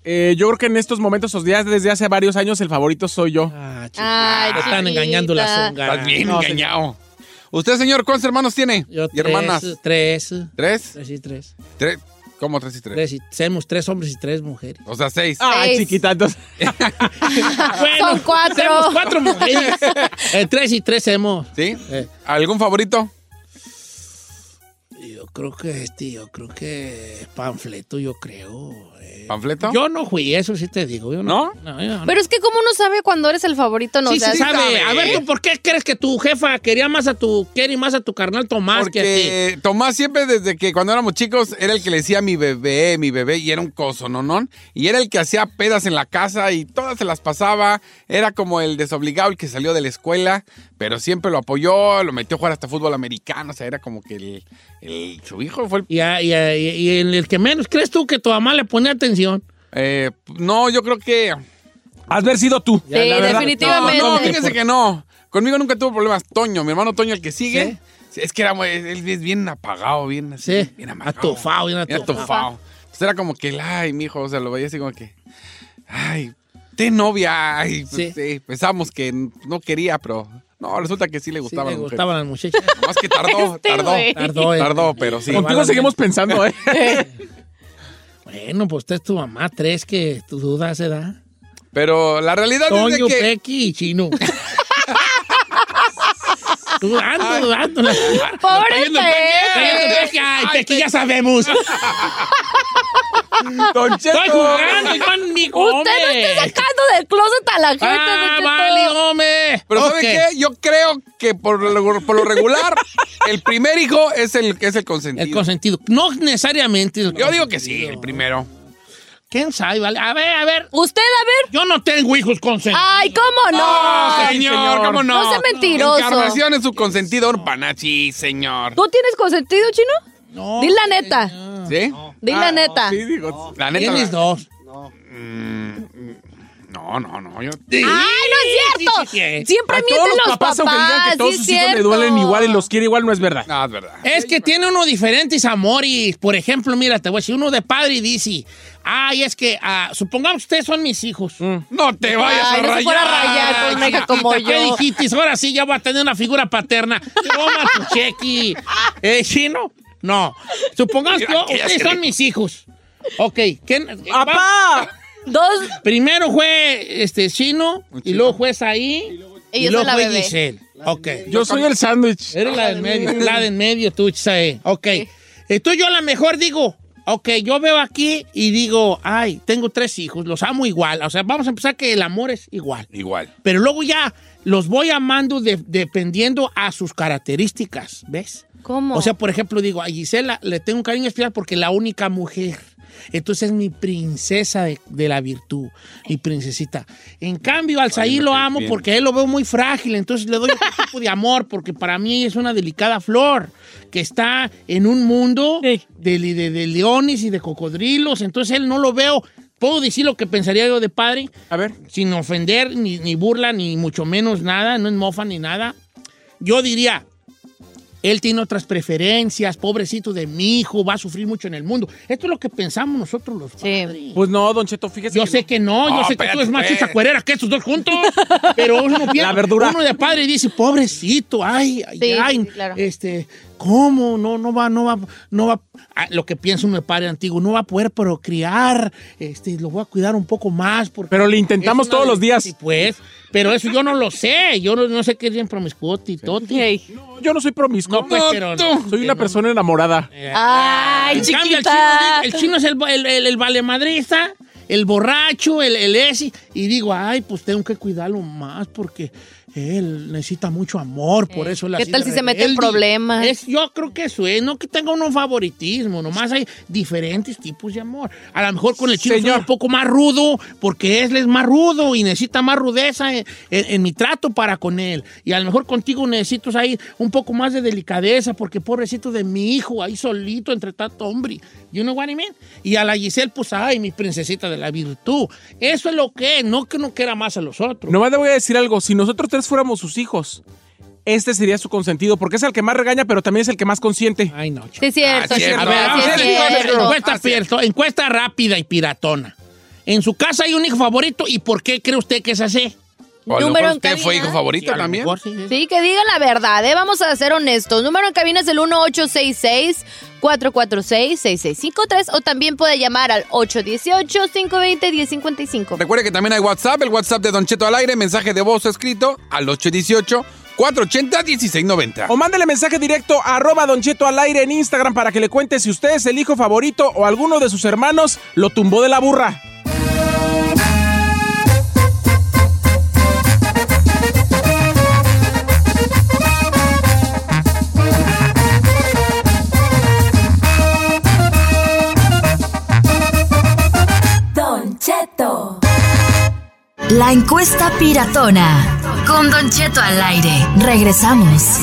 I: Eh, yo creo que en estos momentos, o días, desde hace varios años, el favorito soy yo.
B: Ah,
J: Ay,
B: Te están
J: chiquita.
B: engañando las húngaras.
C: Estás bien engañado. ¿Usted, señor, cuántos hermanos tiene?
B: Yo
C: ¿Y hermanas?
B: Tres.
C: ¿Tres?
B: Tres y tres.
C: Tres. ¿Cómo tres y tres?
B: Tres y- somos tres hombres y tres mujeres.
C: O sea, seis.
I: Ay, Seis. chiquita,
J: Son cuatro.
B: somos cuatro mujeres. Eh, tres y tres Eh. hemos.
C: ¿Sí? ¿Algún favorito?
B: Yo creo que este, yo creo que panfleto, yo creo. eh.
C: ¿Panfleto?
B: Yo no fui, eso sí te digo. Yo no, ¿No? yo no.
J: Pero es que como uno sabe cuando eres el favorito, no
B: sí,
J: O sea,
B: sí, sabe. Eh. A ver, ¿tú por qué crees que tu jefa quería más a tu, quiere más a tu carnal Tomás que a ti?
C: Porque Tomás siempre desde que cuando éramos chicos era el que le decía mi bebé, mi bebé, y era un coso, ¿no? ¿no? Y era el que hacía pedas en la casa y todas se las pasaba. Era como el desobligado, el que salió de la escuela, pero siempre lo apoyó, lo metió a jugar hasta fútbol americano. O sea, era como que el, el- su hijo fue el...
B: Y, a- y a- y- y en el que menos, ¿crees tú que tu mamá le ponía atención?
C: Eh, no, yo creo que...
I: Has ver sido tú.
C: Ya, la verdad, No, no, fíjese
I: fíjese
C: que no. Conmigo nunca tuvo problemas. Toño, mi hermano Toño, el que sigue. Es que era muy- él es bien apagado, bien así. Bien amagado.
B: Atufado, bien atufado.
C: Entonces era como que, el, ay, mijo, o sea, lo veía así como que, ay, te novia. Ay, pues, sí, Pensamos que n- no quería, pero no, resulta que sí le gustaban
B: le
C: las mujeres.
B: gustaban las muchachas.
C: Más que tardó,
B: Este
C: tardó,
B: güey.
C: tardó,
B: Tardó, eh.
C: tardó, pero sí.
I: Contigo seguimos pensando, ¿eh?
B: Bueno, pues usted es tu mamá, tres que tu duda se da.
C: Pero la realidad es de
B: Toño,
C: que...
B: Pequi y Chino. dudando, dudando.
J: Pobre
B: Está yendo el
J: Pequi.
B: Está yendo el Pequi. Ay, Pequi, ya sabemos.
I: Don Cheto.
B: Estoy jugando, Iván, mi
J: Usted no está sacando del closet a la gente. don
B: Ah,
J: Cheto.
B: vale, hombre.
C: Pero
B: Ok.
C: ¿sabe qué? Yo creo que por lo, por lo regular, el primer hijo es el, es el consentido. El
B: consentido. No necesariamente.
C: Yo digo que sí, el primero.
B: ¿Quién sabe? Vale? A ver, a ver.
J: ¿Usted, a ver?
B: Yo no tengo hijos consentidos.
J: Ay, ¿cómo Oh, no?
C: No,
J: Ay,
C: señor, ¿cómo no?
J: No sea mentiroso.
C: Encarnación es su consentidor, pana. Sí, señor.
J: ¿Tú tienes consentido, chino?
B: No.
J: Dile la neta.
C: ¿Sí?
J: Dile la neta.
C: Sí, digo, la neta.
B: Ah. Tienes dos.
C: Mm, No, no, no. Yo... Ah.
J: ¡Ay, no es cierto! Siempre
I: A
J: mienten
I: todos los
J: los
I: papás, aunque digan
J: papás,
I: que todos
J: sí es
I: sus hijos le
J: cierto.
I: duelen igual y los quiere igual, no es verdad.
C: No, es verdad.
B: Es que tiene uno diferentes amores. Por ejemplo, mira, te voy a decir, uno de padre y dice, ay, es que, ah, supongamos que ustedes son mis hijos.
I: Mm.
C: No te vayas
J: Ay, no
C: a
J: se
C: rayar.
J: fuera a rayar con una hija como
B: ¿Qué
J: yo.
B: dijiste? Ahora sí ya va a tener una figura paterna. Toma tu chequi. ¿Eh, chino? No. Supongamos que
I: Mira, que ya
B: ustedes
I: se
B: son
I: le-
B: mis hijos. Ok. ¿quién-
I: ¡Papá!
J: Dos.
B: Primero fue este chino, y luego fue ahí
J: Y
B: y,
J: yo soy
B: luego
J: la
B: fue
J: bebé.
B: Giselle. Ok.
I: Yo soy el sándwich.
B: Eres la del medio, la del medio tú, Chisae. Ok. Entonces yo a lo mejor digo, ok, yo veo aquí y digo, ay, tengo tres hijos, los amo igual. O sea, vamos a empezar que el amor es igual.
C: Igual.
B: Pero luego ya los voy amando de- dependiendo a sus características, ¿ves?
J: ¿Cómo?
B: O sea, por ejemplo, digo, a Gisela le tengo un cariño especial porque es la única mujer. Entonces es mi princesa de, de la virtud, mi princesita. En cambio, al Saí lo amo
I: bien.
B: porque a él lo veo muy frágil, entonces le doy otro tipo de amor porque para mí es una delicada flor que está en un mundo de, li- de- de leones y de cocodrilos, entonces él no lo veo. ¿Puedo decir lo que pensaría yo de padre?
I: A ver.
B: Sin ofender, ni, ni burla, ni mucho menos nada, no es mofa ni nada. Yo diría, él tiene otras preferencias, pobrecito de mi hijo, va a sufrir mucho en el mundo. Esto es lo que pensamos nosotros los padres.
I: Pues no, Don Cheto, fíjese.
B: Yo sé que no, yo
I: No,
B: sé que tú
I: espérate,
B: eres más
I: pues.
B: chucha cuerera que estos dos juntos, pero uno piensa,
I: La verdura.
B: uno de padre dice, pobrecito, ay, ay,
J: Sí,
B: ay,
J: sí, claro.
B: este, ¿cómo? No, no va, no va, no va, ah, lo que piensa uno de padre antiguo, no va a poder procriar, este, lo voy a cuidar un poco más. Porque
I: Pero le intentamos
B: es una
I: todos los días.
B: Sí, pues, pero eso yo no lo sé, yo no, no sé qué dicen promiscuo, titoti.
I: No, yo no soy promiscuo.
B: No, pues, pero no. Eh,
I: Soy una persona enamorada.
J: Ay,
B: En cambio, el
J: chiquita.
B: chino, el chino es el, el, el, el valemadrista el borracho, el, el ese, y digo, ay, pues tengo que cuidarlo más porque él necesita mucho amor, por eso él
J: Eh, ¿Qué
B: así
J: tal
B: de
J: si se mete en
B: rebelde.
J: problemas?
B: Es, yo creo que eso es, no que tenga uno favoritismo, nomás hay diferentes tipos de amor. A lo mejor con el chino soy un poco más rudo, porque él es más rudo y necesita más rudeza en, en- en mi trato para con él. Y a lo mejor contigo necesito ahí un poco más de delicadeza, porque pobrecito de mi hijo, ahí solito entre tanto hombre. You know what I mean? Y a la Giselle, pues, ay, mi princesita de la virtud. Eso es lo que es, no que no quiera más a los otros.
I: Nomás le voy a decir algo. Si nosotros tres fuéramos sus hijos, este sería su consentido, porque es el que más regaña, pero también es el que más consiente.
B: Ay, no.
J: Sí, es
B: Ah,
J: cierto.
I: Así es,
J: chico,
I: a ver,
J: sí
I: vamos
J: es
I: a hacer
J: cierto.
I: entonces,
B: Pero encuesta, pierto- encuesta rápida y piratona. En su casa hay un hijo favorito y ¿por qué cree usted que es así?
C: O a lo Número mejor en usted fue cabina. hijo favorito
B: a lo
C: también.
B: mejor sí.
J: Sí, que diga la verdad, ¿eh? vamos a ser honestos. Número en cabina es el 1866-446-6653 o también puede llamar al 818-520-1055.
C: Recuerde que también hay WhatsApp, el WhatsApp de Don Cheto al aire, mensaje de voz o escrito al 818-480-1690.
I: O mándele mensaje directo a arroba Don Cheto al aire en Instagram para que le cuente si usted es el hijo favorito o alguno de sus hermanos lo tumbó de la burra.
L: Don Cheto.
M: La encuesta piratona. Con Don Cheto al aire. Regresamos.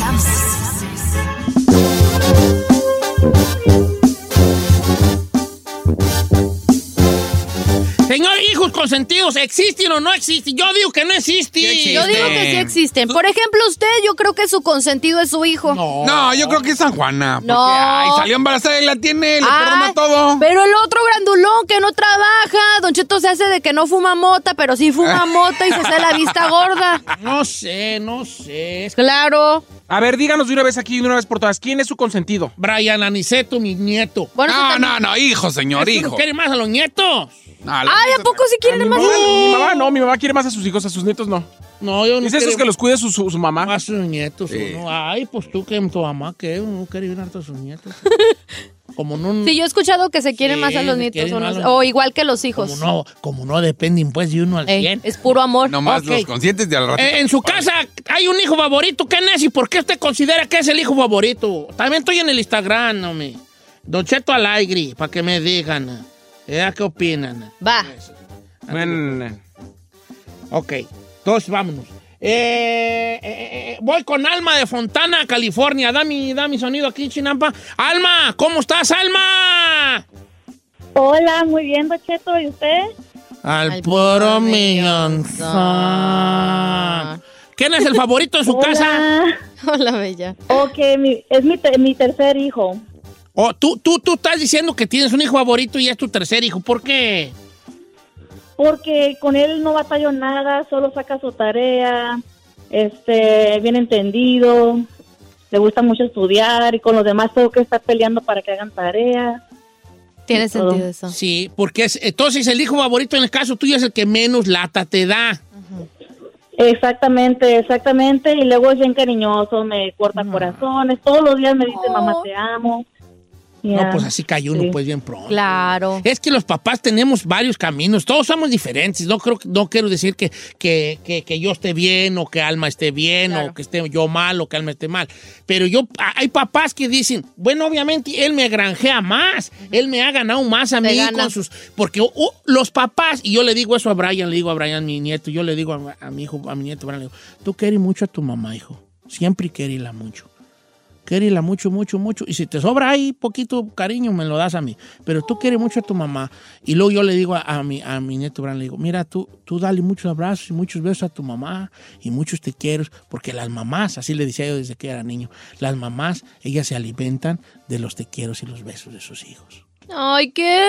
B: Señor, hijos consentidos, ¿existen o no existen? Yo digo que no existen.
J: Yo digo que sí existen. Por ejemplo, usted, yo creo que su consentido es su hijo. No,
I: Oh.
C: No, yo creo que es San Juana. porque,
J: No.
C: Ay, salió embarazada y la tiene, le
J: Ah,
C: perdona todo.
J: Pero el otro grandulón que no trabaja, Don Cheto se hace de que no fuma mota, pero sí
C: Ah.
J: fuma mota y se hace la vista gorda.
B: No sé, no sé.
J: Claro.
I: A ver, díganos de una vez aquí, de una vez por todas, ¿quién es su consentido?
B: Brian Aniceto, mi nieto.
J: Bueno,
C: No, no, no, hijo, señor,
B: Es que
C: hijo.
B: no quiere más a los nietos.
C: No, la-
J: Ay, ¿a poco si quieren más?
I: Mi mamá no, mi mamá quiere más a sus hijos, a sus nietos no.
B: No, yo no
I: Dice esos
B: quiero-
I: que los cuide su, su- su mamá.
B: A sus nietos. uno. Ay, pues tú que tu mamá que uno quiere ir harto a sus nietos. Como no,
J: Sí, yo he escuchado que se quieren
B: Sí,
J: más a los
B: se
J: nietos
B: quieren
J: o,
B: más
J: no-
B: a los-
J: o igual que los hijos.
B: como no, como no dependen pues de uno al
J: Ey,
B: 100.
J: es puro amor.
C: Nomás
B: Ok.
C: los conscientes de al ratito.
B: Eh, en su casa hay un hijo favorito. ¿Quién es y por qué usted considera que es el hijo favorito? También estoy en el Instagram, no me. Don Cheto Alegre, para que me digan. eh, ¿Qué opinan?
J: Va.
I: Bueno,
B: Ok, entonces vámonos. Eh, eh, eh, eh, voy con Alma de Fontana, California. Da mi, da mi sonido aquí, Chinampa. Alma, ¿cómo estás, Alma?
O: Hola, muy bien, Bacheto, ¿y usted?
B: Al puro millonzón. ¿Quién es el favorito de su casa?
J: Hola, bella.
O: Ok, mi- es mi, te- mi tercer hijo.
B: Oh, tú, tú, tú estás diciendo que tienes un hijo favorito y es tu tercer hijo. ¿Por qué?
O: Porque con él no batallo nada, solo saca su tarea, este, bien entendido, le gusta mucho estudiar y con los demás tengo que estar peleando para que hagan tarea.
J: Tiene
O: Y todo.
J: sentido eso.
B: Sí, porque es, entonces el hijo favorito en el caso tuyo es el que menos lata te da.
O: Exactamente, exactamente, y luego es bien cariñoso, me corta
J: Mm.
O: corazones, todos los días me dice, mamá,
J: Oh.
O: te amo. Ya.
B: No, pues así cayó uno,
O: Sí.
B: pues bien pronto.
J: Claro.
B: Es que los papás tenemos varios caminos, todos somos diferentes. No creo, no quiero decir que, que, que- que yo esté bien o que Alma esté bien o que esté yo mal o que Alma esté mal. Pero yo a- hay papás que dicen, bueno, obviamente él me granjea más, él me ha ganado más a
J: Te
B: mí
J: gana.
B: con sus porque uh, los papás y yo le digo eso a Brian, le digo a Brian mi nieto, yo le digo a, a mi hijo, a mi nieto Brian, le digo, tú quieres mucho a tu mamá, hijo, siempre quieres mucho. Querela mucho, mucho, mucho. Y si te sobra ahí poquito cariño, me lo das a mí. Pero tú quieres mucho a tu mamá. Y luego yo le digo a, a mi, a mi nieto Bran, le digo, mira, tú, tú dale muchos abrazos y muchos besos a tu mamá y muchos te quiero. Porque las mamás, así le decía yo desde que era niño, las mamás, ellas se alimentan de los te quiero y los besos de sus hijos.
J: Ay, qué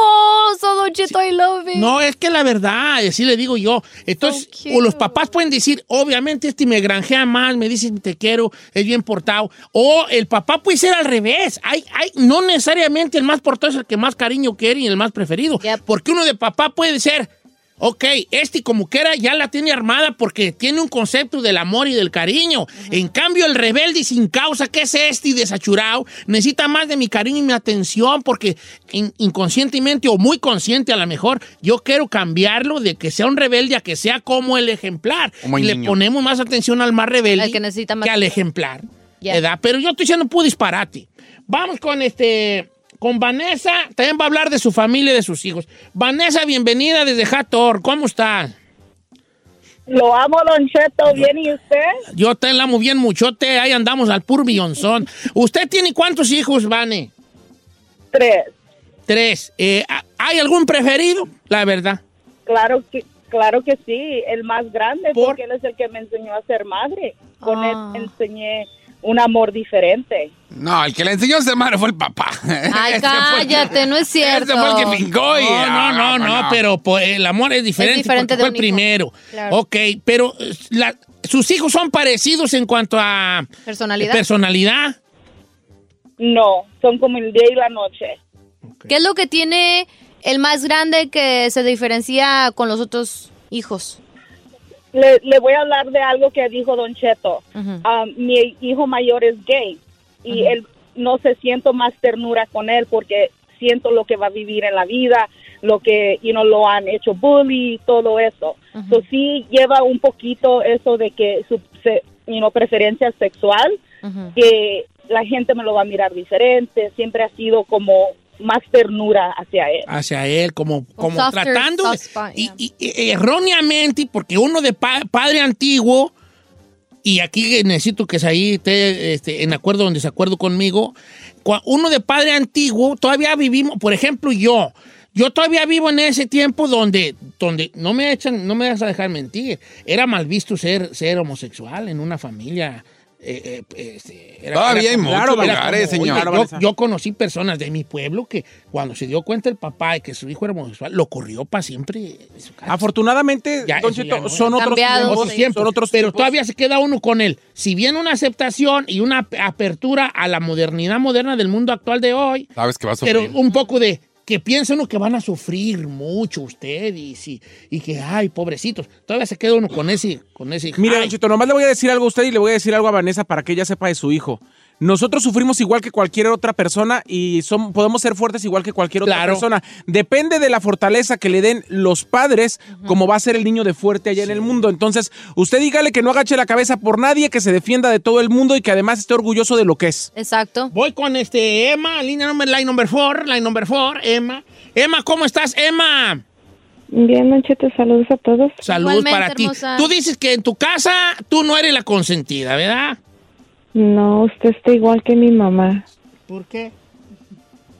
J: hermoso, Don Cheto, I love you.
B: No, es que la verdad, así le digo yo. Entonces, o los papás pueden decir, obviamente, este me granjea mal, me dice te quiero, es bien portado. O el papá puede ser al revés. Hay, hay, no necesariamente el más portado es el que más cariño quiere y el más preferido. Porque uno de papá puede ser, Ok, este como quiera ya la tiene armada porque tiene un concepto del amor y del cariño. En cambio, el rebelde sin causa, que es este y desachurado, necesita más de mi cariño y mi atención porque in- inconscientemente o muy consciente a lo mejor, yo quiero cambiarlo de que sea un rebelde a que sea como el ejemplar.
C: Como el
B: y le
C: niño.
B: ponemos más atención al más rebelde
J: El que necesita más-
B: que al ejemplar.
J: Ya.
B: ¿verdad? Pero yo estoy diciendo puro disparate. Vamos con este. Con Vanessa, también va a hablar de su familia y de sus hijos. Vanessa, bienvenida desde Hator. ¿Cómo estás?
P: Lo amo, Don Cheto. ¿Bien y usted?
B: Yo te la amo bien muchote. Ahí andamos al puro billonzón. ¿Usted tiene cuántos hijos, Vane?
P: Tres.
B: Tres. Eh, ¿ha- ¿Hay algún preferido? La verdad.
P: Claro que, claro que sí, el más grande, porque él es el que me enseñó a ser madre. Con él me enseñé un amor diferente.
C: No, el que le enseñó a ser madre fue el papá.
J: Ay,
C: Ese fue el-
J: cállate, no es cierto.
C: este fue el que pingó y-
B: Oh.
C: ah,
B: No, no, no, no, pero pues, el amor es diferente.
J: diferente
B: porque
J: de
B: fue
J: un
B: el
J: hijo.
B: primero.
J: Claro.
B: Ok, pero eh, la- sus hijos son parecidos en cuanto a
J: Personalidad.
B: personalidad.
P: No, son como el día y la noche.
J: ¿Qué es lo que tiene el más grande que se diferencia con los otros hijos?
P: Le, le voy a hablar de algo que dijo Don Cheto. Ah, mi hijo mayor es gay y
J: Ujú.
P: él no se siento más ternura con él porque siento lo que va a vivir en la vida, lo que you know, lo han hecho bully, todo eso. So, sí lleva un poquito eso de que su se- you know, preferencia sexual, que la gente me lo va a mirar diferente, siempre ha sido como más ternura hacia él.
B: hacia él, como,
J: Pues
B: como
P: softer
B: tratando
P: soft
B: y, y- y erróneamente, porque uno de pa- padre antiguo, y aquí necesito que ahí esté este, en acuerdo o en desacuerdo conmigo, cua- uno de padre antiguo, todavía vivimos, por ejemplo, yo. Yo todavía vivo en ese tiempo donde, donde no me echan, no me vas a dejar mentir. Era mal visto ser, ser homosexual en una familia. eh, eh, este, era-
C: Todavía
B: era
C: hay
B: como-
C: muchos
B: era
C: lugares,
B: como,
C: señor.
B: oye,
C: Claro,
B: yo-
C: Vanessa.
B: yo conocí personas de mi pueblo que cuando se dio cuenta el papá de que su hijo era homosexual, lo corrió para siempre.
I: Afortunadamente, Don Cheto, son otros tiempos, sí, son otros
B: pero
I: tiempos.
B: todavía se queda uno con él. Si bien una aceptación y una ap- apertura a la modernidad moderna del mundo actual de hoy,
C: Sabes que va a sufrir.
B: pero un poco de que piensa uno que van a sufrir mucho ustedes y, y que, ay, pobrecitos, todavía se queda uno con ese... Con ese
I: Mire,
B: ay.
I: Don Cheto, nomás le voy a decir algo a usted y le voy a decir algo a Vanessa para que ella sepa de su hijo. Nosotros sufrimos igual que cualquier otra persona y son- podemos ser fuertes igual que cualquier otra
B: Claro.
I: persona. Depende de la fortaleza que le den los padres, como va a ser el niño de fuerte allá en el mundo. Entonces, usted dígale que no agache la cabeza por nadie, que se defienda de todo el mundo y que además esté orgulloso de lo que es.
J: Exacto.
B: Voy con este Emma, línea number, line number four, line number four, Emma. Emma, ¿cómo estás, Emma?
Q: Bien, Don Cheto, saludos a todos.
B: Saludos para ti. Tú dices que en tu casa tú no eres la consentida, ¿verdad?
Q: No, usted está igual que mi mamá,
B: ¿Por qué?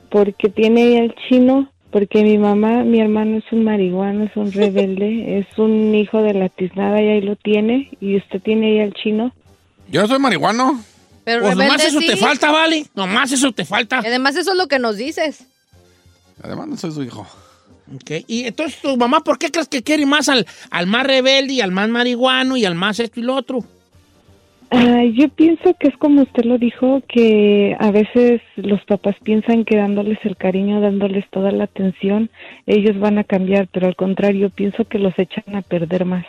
Q: porque tiene ahí al chino, porque mi mamá, mi hermano es un marihuano, es un rebelde, es un hijo de la tiznada y ahí lo tiene, y usted tiene ahí al chino.
C: Yo no soy marihuano.
J: Pero
B: Pues nomás
J: rebelde
B: eso
J: sí.
B: te falta, ¿vale? Nomás eso te falta.
J: Y Además, eso es lo que nos dices.
C: Además, no soy su hijo.
B: Ok, Y entonces tu mamá, ¿por qué crees que quiere más al, al más rebelde y al más marihuano y al más esto y lo otro?
Q: Ah, yo pienso que es como usted lo dijo, que a veces los papás piensan que dándoles el cariño, dándoles toda la atención, ellos van a cambiar, pero al contrario, pienso que los echan a perder más.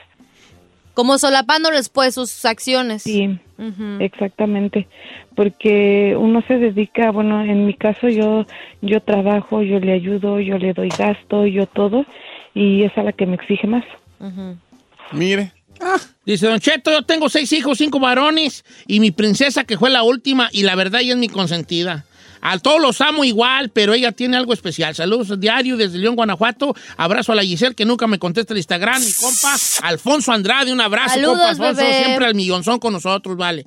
J: Como solapándoles, pues, sus acciones.
Q: Sí.
J: Ujú.
Q: Exactamente, porque uno se dedica, bueno, en mi caso yo yo trabajo, yo le ayudo, yo le doy gasto, yo todo y es a la que me exige más.
C: Mire.
B: Ah. Dice Don Cheto, yo tengo seis hijos, cinco varones y mi princesa que fue la última y la verdad ella es mi consentida. A todos los amo igual, pero ella tiene algo especial. Saludos diario desde León, Guanajuato. Abrazo a la Giselle que nunca me contesta el Instagram. Mi compa Alfonso Andrade, un abrazo.
J: Saludos,
B: compa Alfonso,
J: bebé.
B: siempre al millonzón con nosotros, vale.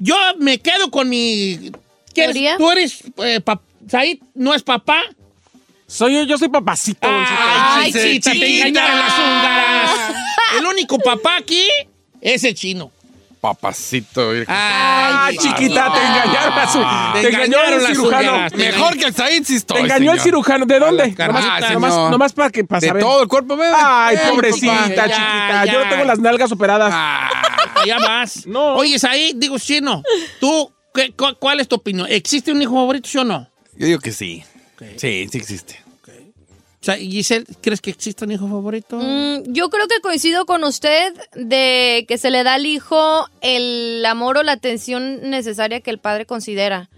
B: Yo me quedo con mi... ¿Qué eres?
J: ¿Teoría?
B: ¿Tú eres... eh, pap- Said, ¿no es papá?
I: Soy yo, yo soy papacito. Don Cheto.
B: Ay, chita, te engañaron las húngaras. El único papá aquí es el chino.
C: Papacito. virgen.
B: Ay,
I: chiquita, te engañaron las hú- te engañó el cirujano.
C: Mejor que el Said sí estoy,
I: Te engañó el
C: señor.
I: cirujano. ¿De dónde?
C: Ah,
I: Nomás,
C: señor.
I: nomás- nomás para que para
C: De
I: saber.
C: todo el cuerpo, ¿ves?
I: Ay,
C: Ey,
I: pobrecita,
C: papá. Ya,
I: chiquita.
C: ya.
I: Yo no tengo las nalgas operadas.
B: Allá Ah, vas. Oye, ahí, digo, chino, tú, ¿qué- cu- ¿cuál es tu opinión? ¿Existe un hijo favorito, sí o no?
C: Yo digo que sí. Sí, sí existe.
B: sea, Giselle, ¿crees que existe un hijo favorito?
J: Mm, yo creo que coincido con usted de que se le da al hijo el amor o la atención necesaria que el padre considera.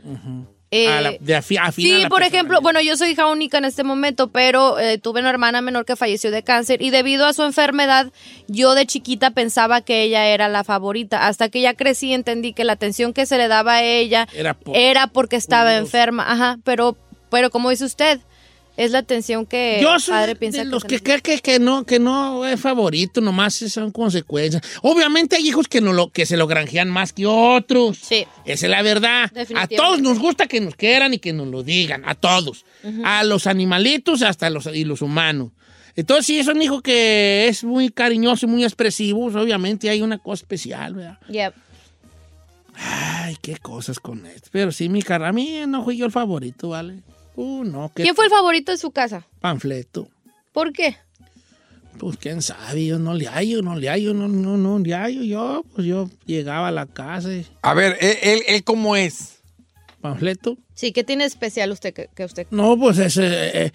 J: Eh,
B: A la- de afi- afina
J: sí,
B: la
J: por
B: persona.
J: ejemplo, bueno, yo soy hija única en este momento, pero eh, tuve una hermana menor que falleció de cáncer y debido a su enfermedad, yo de chiquita pensaba que ella era la favorita. Hasta que ya crecí y entendí que la atención que se le daba a ella
B: Era por-
J: era porque estaba enferma. Ajá, pero, pero como dice usted, es la atención que
B: Yo
J: el
B: soy
J: padre
B: de
J: piensa que
B: los
J: se
B: que creen que, que no, que no es favorito, nomás son consecuencias. Obviamente hay hijos que, no lo, que se lo granjean más que otros.
J: Sí.
B: Esa es la verdad. A
J: Definitivamente.
B: todos nos gusta que nos quieran y que nos lo digan, a todos.
J: Ujú.
B: A los animalitos hasta los, y los humanos. Entonces, si es un hijo que es muy cariñoso y muy expresivo, obviamente hay una cosa especial, ¿verdad?
J: Yep.
B: Ay, qué cosas con esto. Pero sí, mi cara, a mí no fui yo el favorito, ¿vale? Uh, no, qué
J: ¿Quién fue el favorito de su casa?
B: panfleto.
J: ¿Por qué?
B: Pues quién sabe, yo no le hallo, no le hallo, no, no, no le hallo. Yo, pues yo llegaba a la casa. y-
C: A ver, ¿él, él, él cómo es?
B: ¿Panfleto?
J: Sí, ¿qué tiene especial usted que, que usted?
B: No, pues es. eh, eh,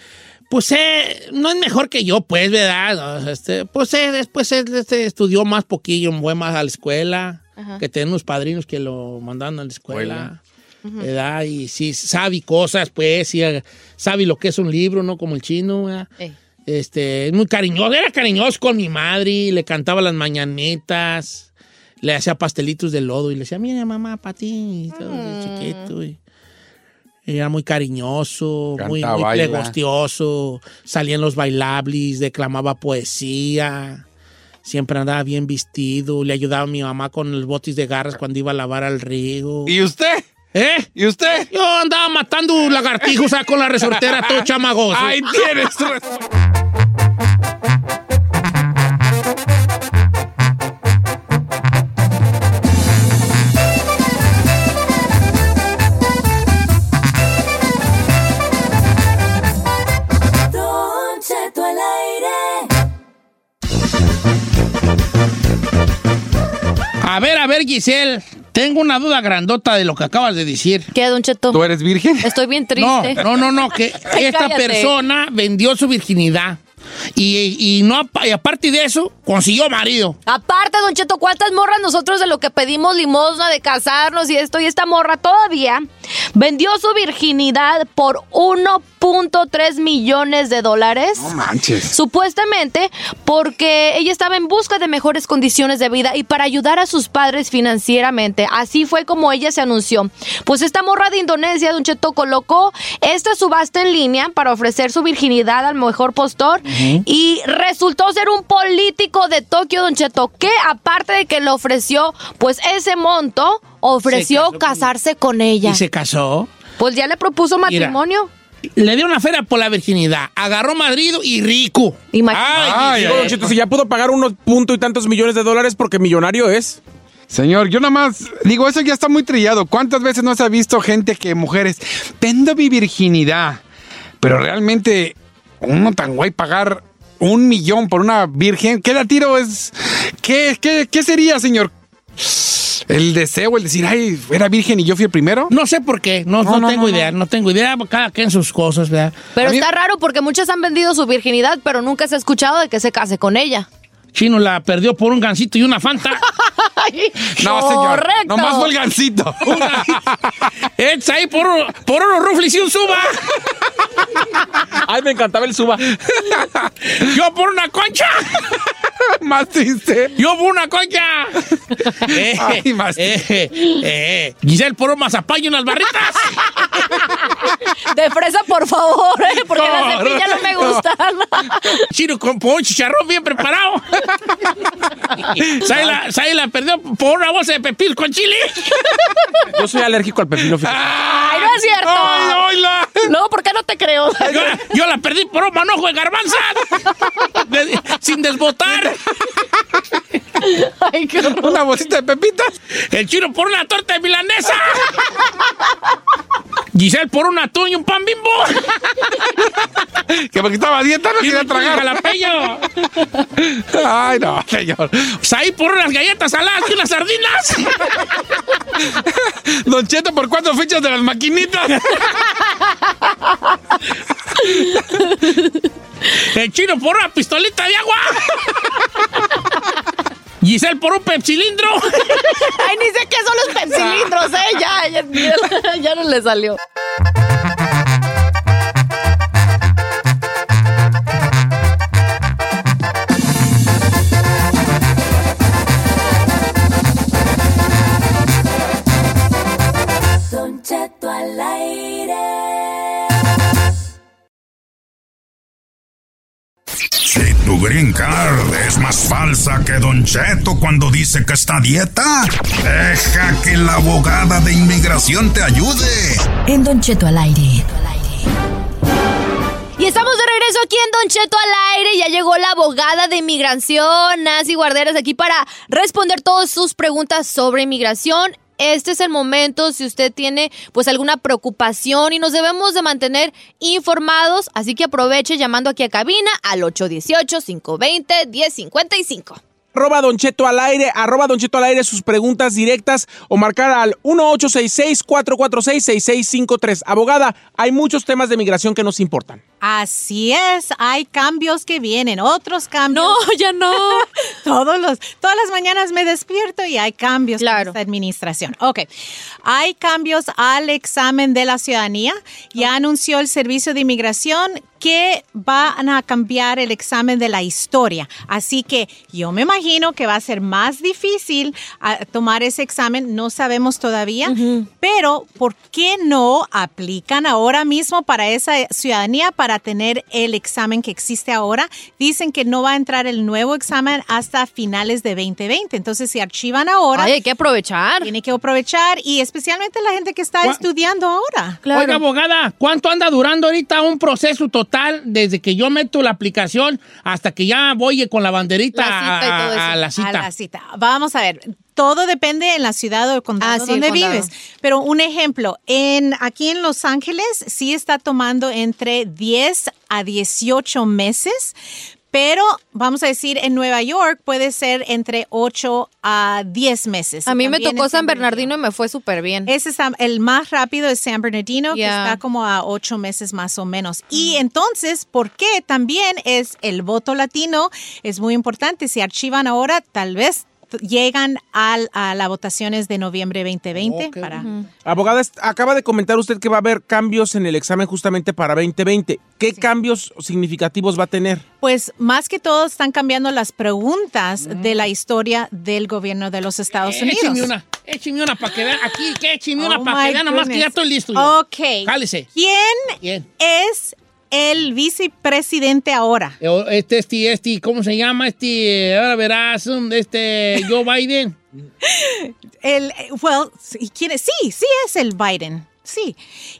B: pues eh, no es mejor que yo, pues, ¿verdad? No, este, pues eh, después él este, estudió más poquillo, fue más a la escuela.
J: Ajá.
B: Que tenía unos padrinos que lo mandaban a la escuela.
J: Ujú.
B: ¿Verdad? Y sí, sabe cosas, pues, y, eh, sabe lo que es un libro, ¿no? Como el chino, ¿verdad?
J: Ey.
B: Este, es muy cariñoso, era cariñoso con mi madre, le cantaba las mañanitas, le hacía pastelitos de lodo y le decía, mira mamá, para ti, y todo
J: Mm.
B: de chiquito. y- y era muy cariñoso, muy,
C: Canta,
B: muy
C: baila.
B: plegostioso, salía en los bailables, declamaba poesía, siempre andaba bien vestido, le ayudaba a mi mamá con los botis de garras cuando iba a lavar al río.
C: ¿Y usted?
B: ¿Eh?
C: ¿Y usted?
B: Yo andaba matando lagartijos o sea, con la resortera todo chamagoso.
C: Ahí tienes.
L: Don Cheto al aire.
B: A ver, a ver, Giselle, tengo una duda grandota de lo que acabas de decir.
J: ¿Qué, Don Cheto?
C: ¿Tú eres virgen?
J: Estoy bien triste.
B: No, no, no, no, que
J: Ay,
B: esta
J: cállate.
B: persona vendió su virginidad y, y no, y aparte de eso, consiguió marido.
J: Aparte, Don Cheto, ¿cuántas morras nosotros de lo que pedimos limosna de casarnos y esto y esta morra todavía vendió su virginidad por 1.3 millones de dólares?
C: Manches.
J: Supuestamente porque ella estaba en busca de mejores condiciones de vida y para ayudar a sus padres financieramente. Así fue como ella se anunció. Pues esta morra de Indonesia, Don Cheto, colocó esta subasta en línea para ofrecer su virginidad al mejor postor y resultó ser un político de Tokio, Don Cheto, que aparte de que le ofreció pues ese monto, ofreció casarse con ella.
B: Y se casó.
J: Pues ya le propuso
B: Mira.
J: matrimonio.
B: Le dio una feria por la virginidad. Agarró Madrid y rico.
J: Imagínate.
B: Ay,
C: Ay,
I: Digo, Don
B: Giselle.
I: Cheto, si ya pudo pagar unos punto y tantos millones de dólares porque millonario es.
C: Señor, yo nada más digo, eso ya está muy trillado. ¿Cuántas veces no se ha visto gente que mujeres, vendo mi virginidad? Pero realmente, uno tan guay pagar un millón por una virgen, ¿qué da tiro es? ¿Qué, qué, qué sería, señor? El deseo, el decir, ay, era virgen y yo fui el primero.
B: No sé por qué, no,
C: No,
B: no
C: no,
B: tengo
C: no,
B: idea, no. tengo idea, cada quien sus cosas, ¿verdad?
J: Pero
B: A mí-
J: está raro porque muchas han vendido su virginidad, pero nunca se ha escuchado de que se case con ella.
B: Chino la perdió por un gancito y una fanta.
C: No, señor. Nomás fue el gancito.
B: Es ahí por, uno- por unos rufles y un suba.
I: Ay, me encantaba el suba.
B: Yo por una concha.
C: Más triste.
B: Yo por una concha. Eh,
C: Ay, más
B: eh, eh. Giselle por un mazapán y unas barritas.
J: De fresa, por favor, ¿eh? porque las de piña no me gustan.
B: Chino con por un chicharrón bien preparado. Saila, Saila perdió por una bolsa de pepil con chile.
I: Yo soy alérgico al pepino. fíjate.
J: Ay, no es cierto. No, ¿por qué no te creo?
B: Yo, yo la perdí por un manojo de garbanzas. De- sin desbotar.
J: Ay, qué horror.
C: Una bolsita de pepitas.
B: El chino por una torta de milanesa. Giselle por un atún y un pan bimbo.
C: Que porque estaba a dieta, no quería tragar.
B: Jalapeño.
C: Ay, no, señor.
B: Saí por unas galletas saladas y unas sardinas.
C: Don Cheto, ¿por cuántas fichas de las maquinitas?
B: El chino por una pistolita de agua. Giselle por un pepsilindro.
J: Ay, ni sé qué son los pepsilindros, ¿eh? Ya, ya, ya no le salió.
L: Don Cheto al aire.
A: Si tu green card es más falsa que Don Cheto cuando dice que está a dieta, deja que la abogada de inmigración te ayude.
M: En Don Cheto al aire.
J: Y estamos de regreso aquí en Don Cheto al aire. Ya llegó la abogada de inmigración, Nancy Guarderas, aquí para responder todas sus preguntas sobre inmigración. Este es el momento si usted tiene pues alguna preocupación y nos debemos de mantener informados, así que aproveche llamando aquí a cabina al 818-520-1055.
I: Arroba Don Cheto al aire, arroba Don Cheto al aire sus preguntas directas o marcar al 1866-446-6653. Abogada, hay muchos temas de migración que nos importan.
R: Así es, hay cambios que vienen, otros cambios.
J: No, ya no.
R: Todos los, todas las mañanas me despierto y hay cambios claro. esta administración. Ok, hay cambios al examen de la ciudadanía. Ya anunció el Servicio de Inmigración que van a cambiar el examen de la historia. Así que yo me imagino que va a ser más difícil ah, tomar ese examen, no sabemos todavía, pero ¿por qué no aplican ahora mismo para esa ciudadanía para tener el examen que existe ahora? Dicen que no va a entrar el nuevo examen hasta finales de 2020, entonces si archivan ahora...
J: Ay, hay que aprovechar.
R: Tiene que aprovechar y especialmente la gente que está estudiando ahora.
B: Oiga, abogada, ¿cuánto anda durando ahorita un proceso total desde que yo meto la aplicación hasta que ya voy con la banderita
R: La cita y todo eso.
B: a, a la cita?
R: A la cita. Vamos a ver. Todo depende en la ciudad o el condado
J: Ah, sí, el
R: donde
J: condado.
R: vives. Pero un ejemplo, en aquí en Los Ángeles sí está tomando entre 10 a 18 meses, pero vamos a decir en Nueva York puede ser entre 8 a 10 meses.
J: A mí me
R: También
J: tocó
R: en
J: San Bernardino y me fue súper bien.
R: ese es am- el más rápido es San Bernardino,
J: Ya.
R: que está como a ocho meses más o menos. Y entonces, ¿por qué también es el voto latino? Es muy importante. Si archivan ahora, tal vez t- llegan al- a las votaciones de noviembre 2020 para
I: Abogada, est- acaba de comentar usted que va a haber cambios en el examen justamente para 2020. ¿Qué cambios significativos va a tener?
R: Pues más que todo están cambiando las preguntas de la historia del gobierno de los Estados Unidos.
B: Écheme Mm. una, écheme una para que vean. Aquí, que écheme una
R: Oh,
B: para que
R: my
B: vean, nomás que ya
R: goodness.
B: estoy listo. yo.
R: Ok.
B: Jálese.
R: ¿Quién
B: Bien.
R: es el vicepresidente ahora?
B: Eh, o- Este, este, este, ¿cómo se llama? Este, eh, ahora verás, um, este, Joe Biden.
R: El, eh, well, sí, ¿quién es? Sí, sí es el Biden. Sí.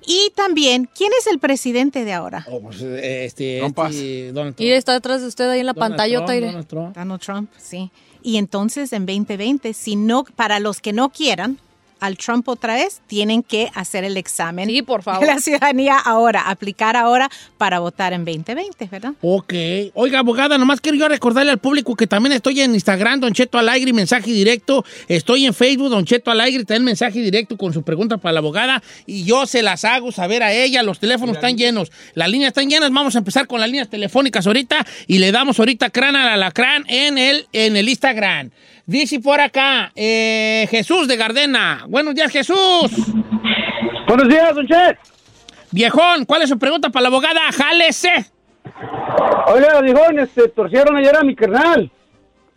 R: Y también, ¿quién es el presidente de ahora?
B: Oh, pues, eh, este,
I: Trumpas.
B: este, Donald Trump.
J: Y está detrás de usted ahí en la
B: Donald
J: pantalla,
B: Trump,
J: Taire.
B: Donald Trump.
R: Donald Trump, sí. Y entonces en 2020, si no, para los que no quieran al Trump otra vez, tienen que hacer el examen
J: Sí, por
R: de
J: favor.
R: la ciudadanía ahora, aplicar ahora para votar en 2020, ¿verdad?
B: Ok. Oiga, abogada, nomás quiero yo recordarle al público que también estoy en Instagram, Don Cheto Alegre, mensaje directo. Estoy en Facebook, Don Cheto Alegre, también mensaje directo con su pregunta para la abogada. Y yo se las hago saber a ella. Los teléfonos están llenos. Las líneas están llenas. Vamos a empezar con las líneas telefónicas ahorita. Y le damos ahorita crán al alacrán en el, en el Instagram. Dice por acá, eh, Jesús de Gardena. Buenos días, Jesús.
N: Buenos días, Don Chet.
B: Viejón, ¿cuál es su pregunta para la abogada? Jálese.
N: Oiga, Dijon, este, torcieron ayer a mi carnal.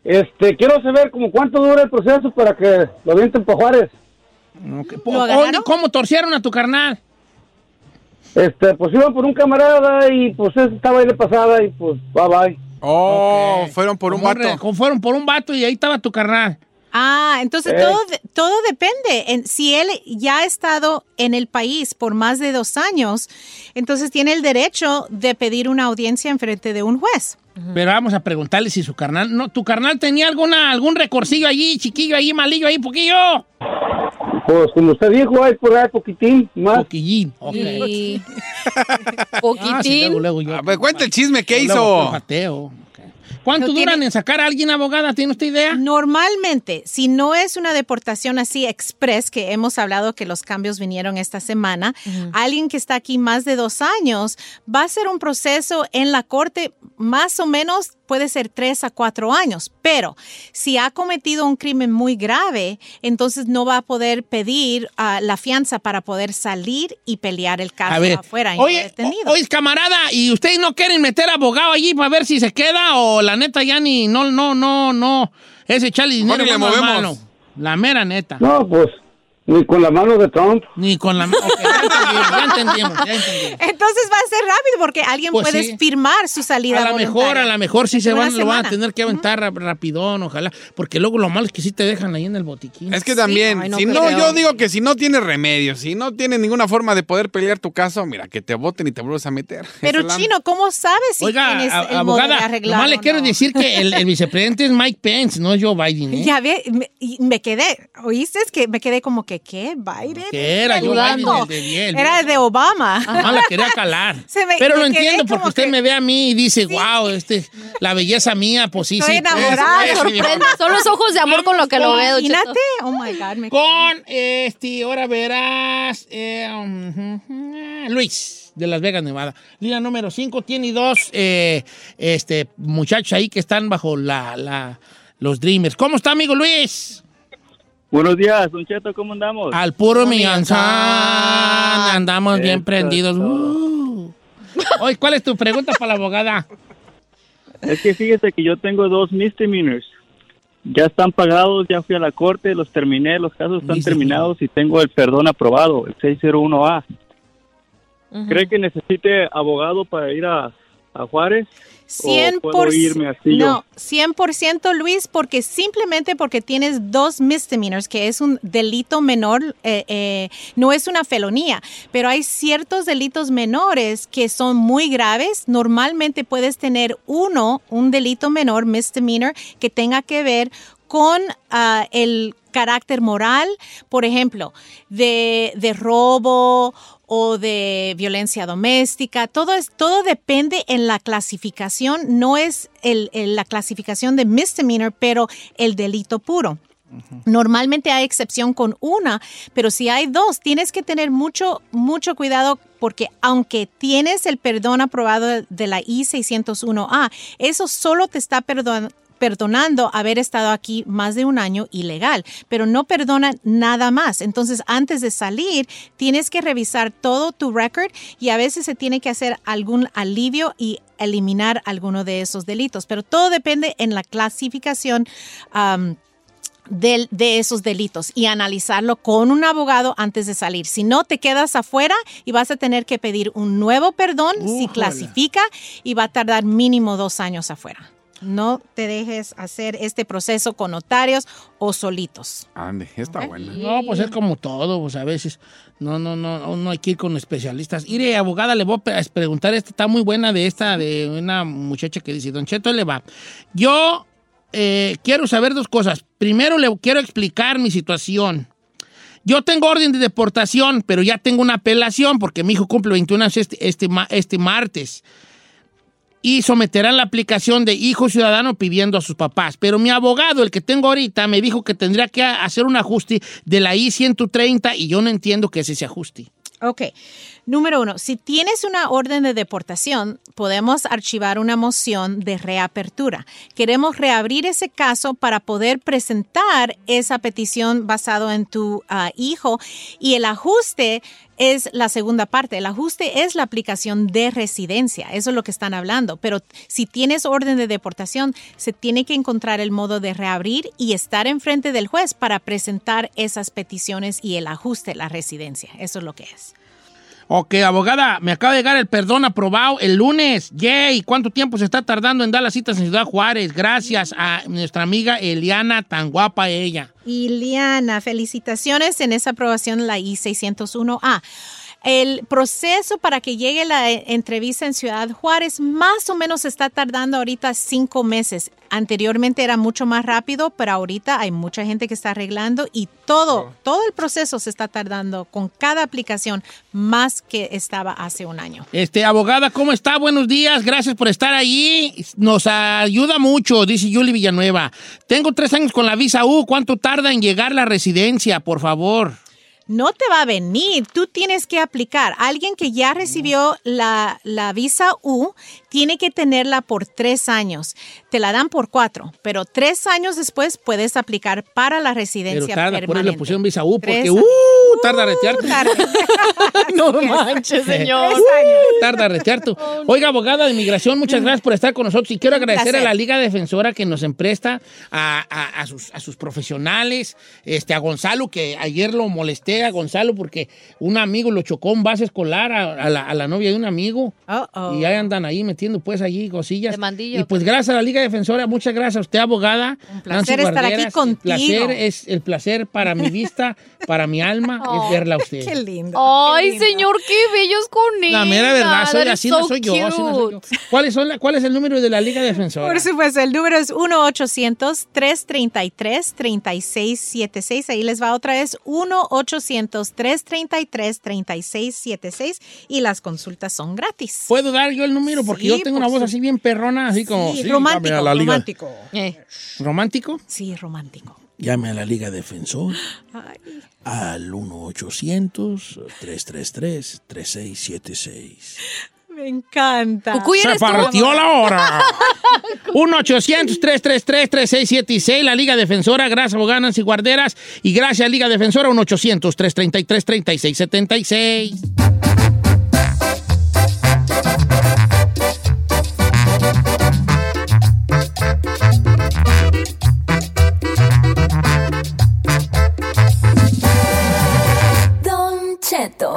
N: Este, quiero saber como cuánto dura el proceso para que lo vienten para Juárez.
B: ¿Cómo-
R: agarraron?
B: ¿Cómo torcieron a tu carnal?
N: Este, pues iban por un camarada y pues estaba ahí de pasada y pues bye bye.
I: Oh, fueron por un
B: Como re-
I: vato.
B: como fueron por un vato y ahí estaba tu carnal.
R: Ah, entonces
N: Eh.
R: todo, de- todo depende. En, si él ya ha estado en el país por más de dos años, entonces tiene el derecho de pedir una audiencia en frente de un juez.
B: Pero vamos a preguntarle si su carnal. No, ¿Tu carnal tenía alguna, algún recorcillo allí, chiquillo allí, malillo ahí, poquillo?
N: Pues como usted dijo, hay por ahí poquitín más.
B: Poquillín. ok.
J: Y-
B: Ah, sí,
J: Poquitín.
B: luego, luego yo-
C: Ah, pues,
I: A ver, cuenta el chisme, ¿qué
B: luego yo
I: hizo?
B: pateo. Ok. ¿Cuánto
R: Lo
B: duran
R: tiene-
B: en sacar a alguien abogada? ¿Tiene usted idea?
R: Normalmente, si no es una deportación así express, que hemos hablado que los cambios vinieron esta semana, alguien que está aquí más de dos años va a ser un proceso en la corte más o menos puede ser tres a cuatro años, pero si ha cometido un crimen muy grave, entonces no va a poder pedir ah, la fianza para poder salir y pelear el caso
B: A ver,
R: afuera. y no
B: oye,
R: detenido.
B: o- oye, camarada, ¿y ustedes no quieren meter abogado allí para ver si se queda o la neta ya ni, no, no, no, no, ese chale dinero
C: Mejor ni le
B: bueno,
C: movemos.
B: hermano. la mera neta.
S: No, pues, ni con la mano de Trump.
B: Ni con la mano. Ya entendimos, ya entendimos.
R: Entonces va a ser rápido porque alguien
B: Pues
R: puede
B: sí.
R: firmar su salida.
B: A lo mejor,
R: voluntaria.
B: a lo mejor sí se
R: En una
B: van, lo van a
R: semana.
B: tener que aventar rap- rapidón, ojalá, porque luego lo malo es que sí te dejan ahí en el botiquín.
C: Es que también, si no, yo digo que si no tienes remedio, si no tienes ninguna forma de poder pelear tu caso, mira, que te voten y te vuelves a meter.
R: Pero
C: Esa es la-
R: chino, ¿cómo sabes si
B: Oiga,
R: tienes
B: a-
R: el modo de
B: abogada,
R: arreglado?
B: nomás le
R: o
B: quiero
R: no?
B: decir que el, el vicepresidente es Mike Pence, no es Joe Biden, ¿eh?
R: Ya ve, me, y me quedé, ¿oíste? Es que me quedé como que, ¿qué? ¿Biden?
B: Que era
R: ¿Qué
B: Joe Biden
R: loco?
B: el de bien.
R: Era de Obama.
B: Nomás la quería calar.
R: Se me-
B: Pero
R: me
B: lo
R: quedé
B: entiendo
R: como
B: porque usted me ve a mí y dice, wow, este, la belleza mía, pues sí,
R: Estoy
B: sí.
R: enamorada,
B: es, es,
R: sorprende.
J: Son los ojos de amor con lo que lo veo. Cheto.
R: Imagínate, oh my God. me-
B: Con este, ahora verás, eh, mm, Luis de Las Vegas, Nevada. Línea número 5 tiene dos eh, este, muchachos ahí que están bajo la, la- los Dreamers. ¿Cómo está, amigo Luis?
T: Buenos días, Don Cheto, ¿cómo andamos?
B: Al puro millanzán. Andamos bien prendidos. Uh. Oye, ¿cuál es tu pregunta para la abogada?
T: Es que fíjese que yo tengo dos misdemeanors. Ya están pagados, ya fui a la corte, los terminé, los casos están terminados y tengo el perdón aprobado, el 601A. ¿Cree que necesite abogado para ir a, a Juárez? ¿O
R: 100%,
T: puedo irme así yo?
R: no, 100% Luis, porque simplemente porque tienes dos misdemeanors, que es un delito menor, eh, eh, no es una felonía, pero hay ciertos delitos menores que son muy graves. Normalmente puedes tener uno, un delito menor, misdemeanor, que tenga que ver con ah, el carácter moral, por ejemplo, de, de robo o de violencia doméstica. Todo, es, todo depende en la clasificación. No es el- el- la clasificación de misdemeanor, pero el delito puro. Normalmente hay excepción con una, pero si hay dos, tienes que tener mucho, mucho cuidado porque aunque tienes el perdón aprobado de la I-601A, eso solo te está perdon- perdonando haber estado aquí más de un año ilegal, pero no perdona nada más. Entonces, antes de salir, tienes que revisar todo tu record y a veces se tiene que hacer algún alivio y eliminar alguno de esos delitos, pero todo depende en la clasificación. am, del- de, esos delitos y analizarlo con un abogado antes de salir. Si no, te quedas afuera y vas a tener que pedir un nuevo perdón si clasifica y va a tardar mínimo dos años afuera. No te dejes hacer este proceso con notarios o solitos.
C: Ande, está buena.
B: No, pues es como todo, pues a veces no, no, no, no hay que ir con especialistas. Iré, abogada, le voy a pre- preguntar, esta está muy buena de esta, de una muchacha que dice, Don Cheto le va. Yo eh, quiero saber dos cosas. Primero le quiero explicar mi situación. Yo tengo orden de deportación, pero ya tengo una apelación porque mi hijo cumple 21 años este, este, ma- este martes y someterán la aplicación de hijo ciudadano pidiendo a sus papás. Pero mi abogado, el que tengo ahorita, me dijo que tendría que a- hacer un ajuste de la I-130 y yo no entiendo qué es ese ajuste.
R: Ok, número uno, si tienes una orden de deportación, podemos archivar una moción de reapertura. Queremos reabrir ese caso para poder presentar esa petición basado en tu ah, hijo y el ajuste es la segunda parte. El ajuste es la aplicación de residencia. Eso es lo que están hablando. Pero si tienes orden de deportación, se tiene que encontrar el modo de reabrir y estar enfrente del juez para presentar esas peticiones y el ajuste, la residencia. Eso es lo que es.
B: Ok, abogada, me acaba de llegar el perdón aprobado el lunes. Yay, ¿cuánto tiempo se está tardando en dar las citas en Ciudad Juárez? Gracias a nuestra amiga Eliana, tan guapa ella.
R: Iliana, felicitaciones en esa aprobación de la I-601A. El proceso para que llegue la eh, entrevista en Ciudad Juárez más o menos está tardando ahorita cinco meses. Anteriormente era mucho más rápido, pero ahorita hay mucha gente que está arreglando y todo, todo el proceso se está tardando con cada aplicación más que estaba hace un año.
B: Este, abogada, ¿cómo está? Buenos días, gracias por estar allí. Nos ayuda mucho, dice Yuli Villanueva. Tengo tres años con la visa U, ¿cuánto tarda en llegar la residencia, por favor?
R: no te va a venir, tú tienes que aplicar. Alguien que ya recibió la, la visa U tiene que tenerla por tres años. Te la dan por cuatro, pero tres años después puedes aplicar para la
B: Pero
R: residencia
B: tarda, por eso le
R: permanente.
B: pusieron visa U, porque
R: Tres-
B: uh, tarda a retearte.
R: no
B: manches, Uh,
R: señor.
B: Tarda a retear tú.
R: Oh,
B: Oiga, abogada de inmigración, muchas gracias por estar con nosotros y quiero agradecer a
R: placer.
B: la Liga Defensora que nos empresta a, a- a sus, a sus profesionales, este, a Gonzalo, que ayer lo molesté a Gonzalo porque un amigo lo chocó un base escolar a, a la, a la novia de un amigo. Y ahí andan ahí metiendo pues allí cosillas.
J: mandillo.
B: Y pues gracias a la Liga Defensora, muchas gracias a usted, abogada. Un
R: placer estar aquí contigo.
B: placer es el placer para mi vista, para mi alma, es verla a usted.
R: Oh, Qué lindo.
J: Ay, señor, qué bellos con
B: La mera verdad, soy, así, no soy yo, así no soy yo. ¿Cuál es, ¿Cuál es el número de la Liga Defensora?
R: Por supuesto, el número es 1-800-333-3676. Ahí les va otra vez, 1-800-333-3676. Y las consultas son gratis.
B: ¿Puedo dar yo el número? Porque
R: Sí,
B: yo tengo una
R: por
B: voz así bien perrona, así como...
R: Sí,
B: sí,
R: romántico,
B: llame a la Liga.
R: romántico.
B: ¿Romántico?
R: Sí, romántico.
B: Llame a la Liga Defensora
R: Ay.
B: al 1-800-333-3676.
R: Me encanta.
B: Se partió la hora. 1-800-333-3676, la Liga Defensora, gracias abogadas y guarderas, y gracias Liga Defensora, 1-800-333-3676.
L: Don Cheto.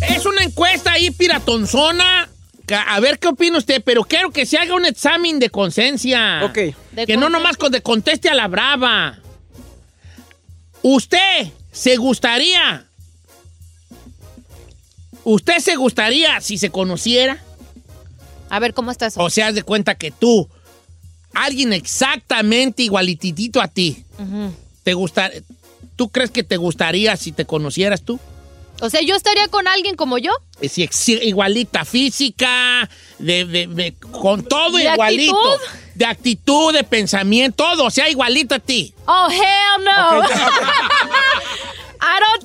B: Es una encuesta ahí piratonzona. Ca- A ver qué opina usted, pero quiero que se haga un examen de conciencia. Ok.
I: De
B: que no nomás con- de conteste a la brava. ¿Usted se gustaría? ¿Usted se gustaría si se conociera?
J: A ver, ¿cómo estás?
B: O sea, haz de cuenta que tú, alguien exactamente igualititito a ti, ¿te gusta, ¿tú crees que te gustaría si te conocieras tú?
J: O sea, yo estaría con alguien como yo.
B: Es i- Eh, sí, igualita física, de, de- de- con todo
J: ¿De
B: igualito.
J: actitud?
B: De actitud, de pensamiento, todo, o sea, igualito a ti.
J: Oh, hell no.
B: Ok.
J: I don't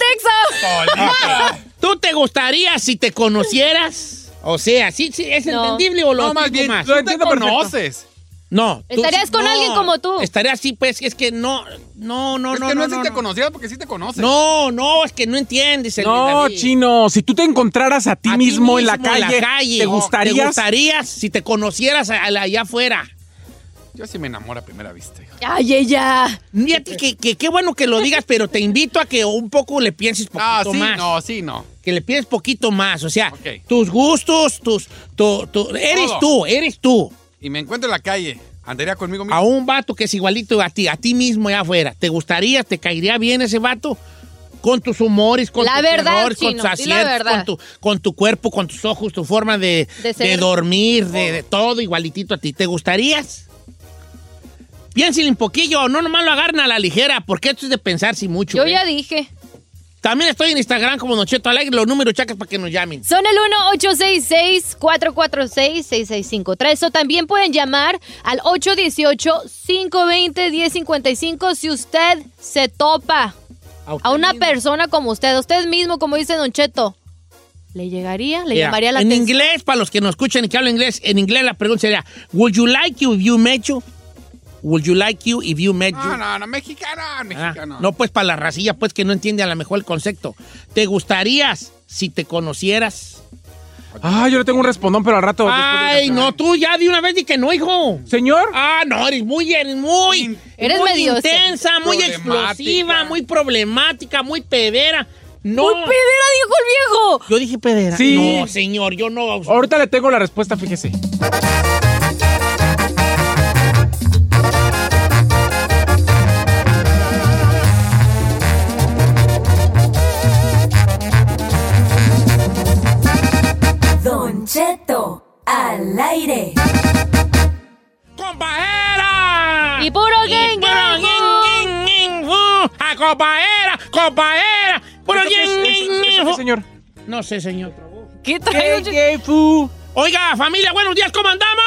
J: think so.
B: ¿Tú te gustaría si te conocieras? O sea, ¿sí, sí es
J: No.
B: entendible o lo
J: No, más
B: digo
J: bien,
B: más?
J: lo entiendo
B: ¿Tú te
J: perfecto.
B: conoces? No. tú
J: Estarías
B: sí-
J: con
B: no.
J: alguien como tú.
B: Estaría así, pues, es que no, no, no,
C: Es
B: no.
C: que no
B: no,
C: es si te conocieras porque sí te conoces.
B: No, no, es que no entiendes. el
I: No,
B: David.
I: chino, si tú te encontraras a ti,
B: A ti
I: mismo, en la
B: mismo,
I: calle, ¿te gustarías?
B: ¿Te gustarías si te conocieras a- a la- allá afuera?
C: Yo sí me enamoro a primera vista. hijo.
J: Ay, ella.
B: Fíjate que, que qué bueno que lo digas, pero te invito a que un poco le pienses poquito
C: Ah, sí,
B: más.
C: no, sí, no.
B: Que le pienses poquito más. O sea, tus gustos, tus. tu- tu- eres
C: Todo.
B: tú, eres tú.
C: Y me encuentro en la calle. Andaría conmigo mismo.
B: A un vato que es igualito a ti, a ti mismo allá afuera. ¿Te gustaría, te caería bien ese vato? Con tus humores, con
J: La
B: tus
J: verdad,
B: errores, con
J: chino,
B: tus
J: di la
B: aciertos,
J: verdad.
B: con tu, con tu cuerpo, con tus ojos, tu forma de,
J: De ser. Oh.
B: de dormir, de, de todo igualitito a ti. ¿Te gustarías? Piénsele un poquillo, no nomás lo agarren a la ligera, porque esto es de pensar si mucho.
J: Yo
B: ¿eh?
J: ya dije.
B: También estoy en Instagram como Don Cheto Alegre, los números chacas para que nos llamen.
J: Son el 1-866-446-6653. O también pueden llamar al 818-520-1055 si usted se topa
B: a,
J: una persona como usted, a usted mismo, como dice Don Cheto. ¿Le llegaría? ¿Le
B: Mira,
J: llamaría la
B: En
J: atención?
B: inglés, para los que nos escuchan y que hablan inglés, en inglés la pregunta sería, ¿Would you like you if you met you? ¿Would you like you if you met you?
C: No, no, no, mexicana,
B: Ah,
C: mexicana.
B: no, pues para la racilla, pues que no entiende a lo mejor el concepto. ¿Te gustarías si te conocieras?
I: Ah, yo le tengo un respondón, pero al rato.
B: Ay, no, tú ya de una vez di que no, hijo.
I: Señor.
B: Ah, no, eres muy, eres muy,
J: Eres
B: muy
J: medio
B: intensa, muy
J: problemática.
B: explosiva, muy problemática, muy pedera. No.
J: ¡Uy, pedera, dijo el viejo!
B: Yo dije pedera.
I: Sí.
B: No, señor, yo no.
I: Ahorita le tengo la respuesta, fíjese.
L: Don Cheto al aire.
J: ¡Y puro gang, gang, gang!
B: ¡A compaera! ¡Compaera! ¡Puro
I: ¿Eso qué es?
B: ñe,
I: ¿Eso-
B: ñe,
I: eso qué,
B: ñe,
I: señor?
B: No sé, señor.
J: ¿Qué
I: trae, Gay, gay, fu.
B: Oiga, familia, buenos días, ¿cómo andamos?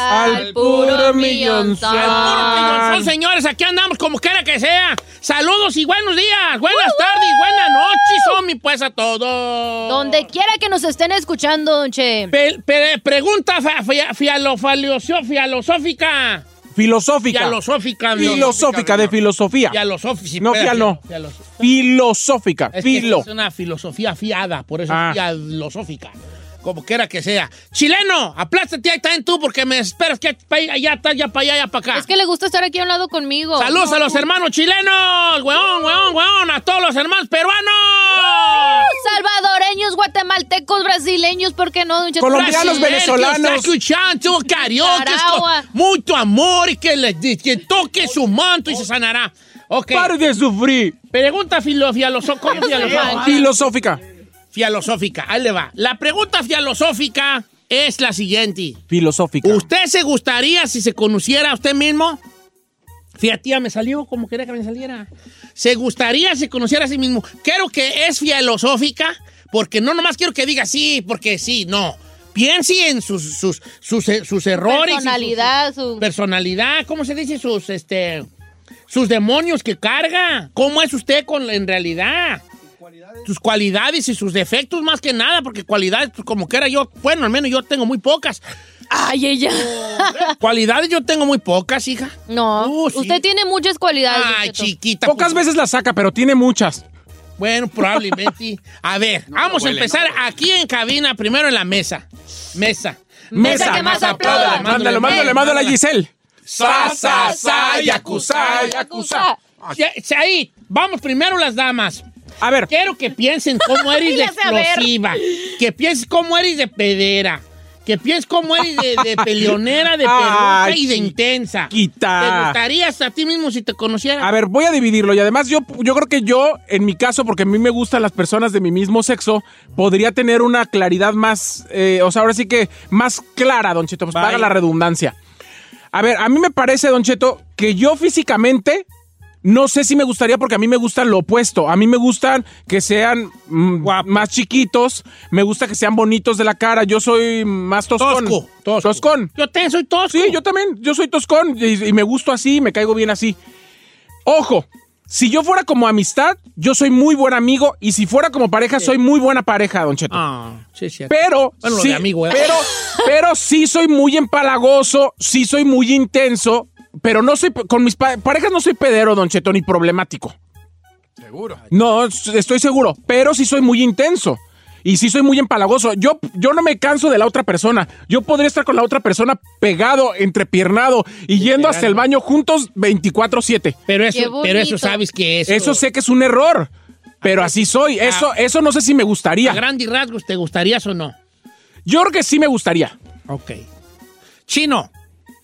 I: Al puro millonzón.
B: Al puro millonzón, señores, aquí andamos como quiera que sea. Saludos y buenos días,
J: Uh-huh.
B: buenas tardes, buenas noches, homie, pues a todos.
J: Donde quiera que nos estén escuchando, don Che.
B: Pe- pe- pregunta fa- fia- fialo- faliosó- filosófica.
I: Filosófica.
B: Filosófica, mi-
I: Filosófica, de filosofía.
B: Fialosófica.
I: No, fial no. Filosófica.
B: Es, que
I: Filo.
B: es una filosofía fiada, por eso
I: Ah.
B: es filosófica. Como quiera que sea. Chileno, aplástate ahí está en tú porque me esperas que pa- allá está, ya para allá, ya para acá.
J: Es que le gusta estar aquí a un lado conmigo.
B: Saludos
J: No,
B: a los
J: tú-
B: hermanos chilenos, weón, weón, weón, a todos los hermanos peruanos.
J: Salvadoreños, guatemaltecos, brasileños, ¿por qué no, don Cheto?
B: Brasil, Que está escuchando, cariocas,
J: Nicaragua.
B: con mucho amor y que, le, que toque su manto y se sanará. Okay.
I: Pare de sufrir.
B: Pregunta filo, fialoso- ¿cómo fialosófica?
I: Filosófica.
B: Fialosófica, ahí le va. La pregunta fialosófica es la siguiente.
I: Filosófica.
B: ¿Usted se gustaría si se conociera a usted mismo? Fíjate, tía, me salió como quería que me saliera. ¿Se gustaría si conociera a sí mismo? Creo que es filosófica, porque no nomás quiero que diga sí, porque sí, no. Piense en sus, sus, sus, sus errores. y sus-
J: Personalidad, su...
B: personalidad, ¿cómo se dice? Sus, este, sus demonios que carga. ¿Cómo es usted con, en realidad? Sus cualidades y sus defectos más que nada, porque cualidades, pues, como quiera yo, bueno, al menos yo tengo muy pocas.
J: Ay, ella.
B: Cualidades yo tengo muy pocas, hija.
J: No, usted tiene muchas cualidades. don
B: Oh, Ay,
J: Cheto.
B: chiquita. pues,
I: Pocas veces la saca, pero tiene muchas.
B: Bueno, probablemente. A ver, vamos
I: huele,
B: a empezar aquí en cabina, primero en la mesa. Mesa.
I: Mesa.
B: que más aplauda.
I: Mándalo, mándalo, mándalo a Giselle.
B: Sa, sa, sa, yakuza, yakuza. Ya- ya Ahí, vamos primero las damas.
I: A ver.
B: Quiero que piensen cómo eres de
J: Ya sé, a ver.
B: explosiva, que pienses cómo eres de pedera, que pienses cómo eres de, de peleonera, de peluca
I: Ay,
B: y de intensa. ¿Te
I: Quita.
B: gustarías a ti mismo si te conociera?
I: A ver, voy a dividirlo. Y además, yo, yo creo que yo, en mi caso, porque a mí me gustan las personas de mi mismo sexo, podría tener una claridad más. eh, o sea, ahora sí que más clara, Don Cheto. Pues
B: Vaya.
I: paga la redundancia. A ver, a mí me parece, Don Cheto, que yo físicamente. No sé si me gustaría porque a mí me gustan lo opuesto. A mí me gustan que sean mm, más chiquitos, me gusta que sean bonitos de la cara. Yo soy más toscón.
B: Tosco,
I: Toscón.
B: Yo te, soy tosco.
I: Sí, yo también, yo soy toscón y, y me gusto así, me caigo bien así. Ojo, si yo fuera como amistad, yo soy muy buen amigo y si fuera como pareja, soy muy buena pareja, Don Cheto.
B: Ah, sí, sí.
I: Pero,
B: Bueno, lo
I: sí,
B: de amigo, ¿eh?
I: pero, pero sí soy muy empalagoso, sí soy muy intenso, pero no soy, con mis pa- parejas no soy pedero, Don Cheto, ni problemático.
C: Seguro.
I: No, estoy seguro, pero sí soy muy intenso. Y sí soy muy empalagoso. Yo, yo no me canso de la otra persona. Yo podría estar con la otra persona pegado, entrepiernado y yendo hasta el baño juntos 24/7.
B: Pero
J: Qué
B: eso, pero eso
J: bonito.
B: sabes que eso.
I: Eso sé que es un error, pero así soy. Eso, eso no sé si me
B: ah. A
I: gustaría.
B: grandes rasgos, ¿te gustarías o no?
I: Yo creo que sí me gustaría.
B: Ok. Chino,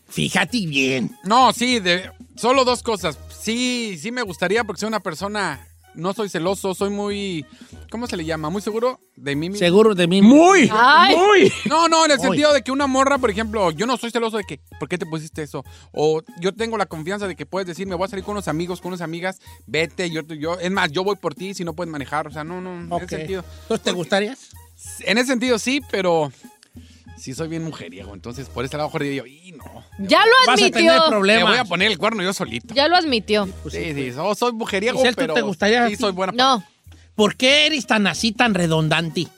B: fíjate bien.
C: No, sí, de, solo dos cosas. Sí, sí me gustaría porque soy una persona, no soy celoso, soy muy, ¿cómo se le llama? Muy seguro de mí mismo.
B: Seguro de mí.
I: Muy,
J: Ay.
I: muy.
C: No, no, en el
B: Muy.
C: sentido de que una morra, por ejemplo, yo no soy celoso de que, ¿por qué te pusiste eso? O yo tengo la confianza de que puedes decir, me voy a salir con unos amigos, con unas amigas, vete, yo, yo es más, yo voy por ti si no puedes manejar, o sea, no, no,
B: Ok.
C: en ese sentido.
B: Entonces, ¿te gustarías?
C: En ese sentido sí, pero sí soy bien mujeriego, entonces por ese lado, Jorge, yo, y no,
J: Ya lo
B: Vas a
J: admitió.
B: tener
C: me voy a
B: problemas.
C: poner el cuerno yo solito.
J: Ya lo admitió.
B: Pues
C: sí, sí, so- soy mujeriego,
B: Giselle, ¿tú
C: pero
B: Pues, te gustaría
C: sí
B: así?
C: soy buena
J: No,
B: ¿Por qué eres tan así, tan redundante?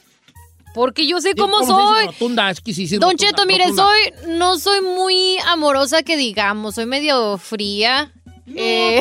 J: porque yo sé cómo,
B: se dice
J: soy.
B: Rotunda, es que sí, sí,
J: Don
B: rotunda,
J: Cheto, mire,
B: rotunda.
J: soy, no soy muy amorosa que digamos, soy medio fría. Eh,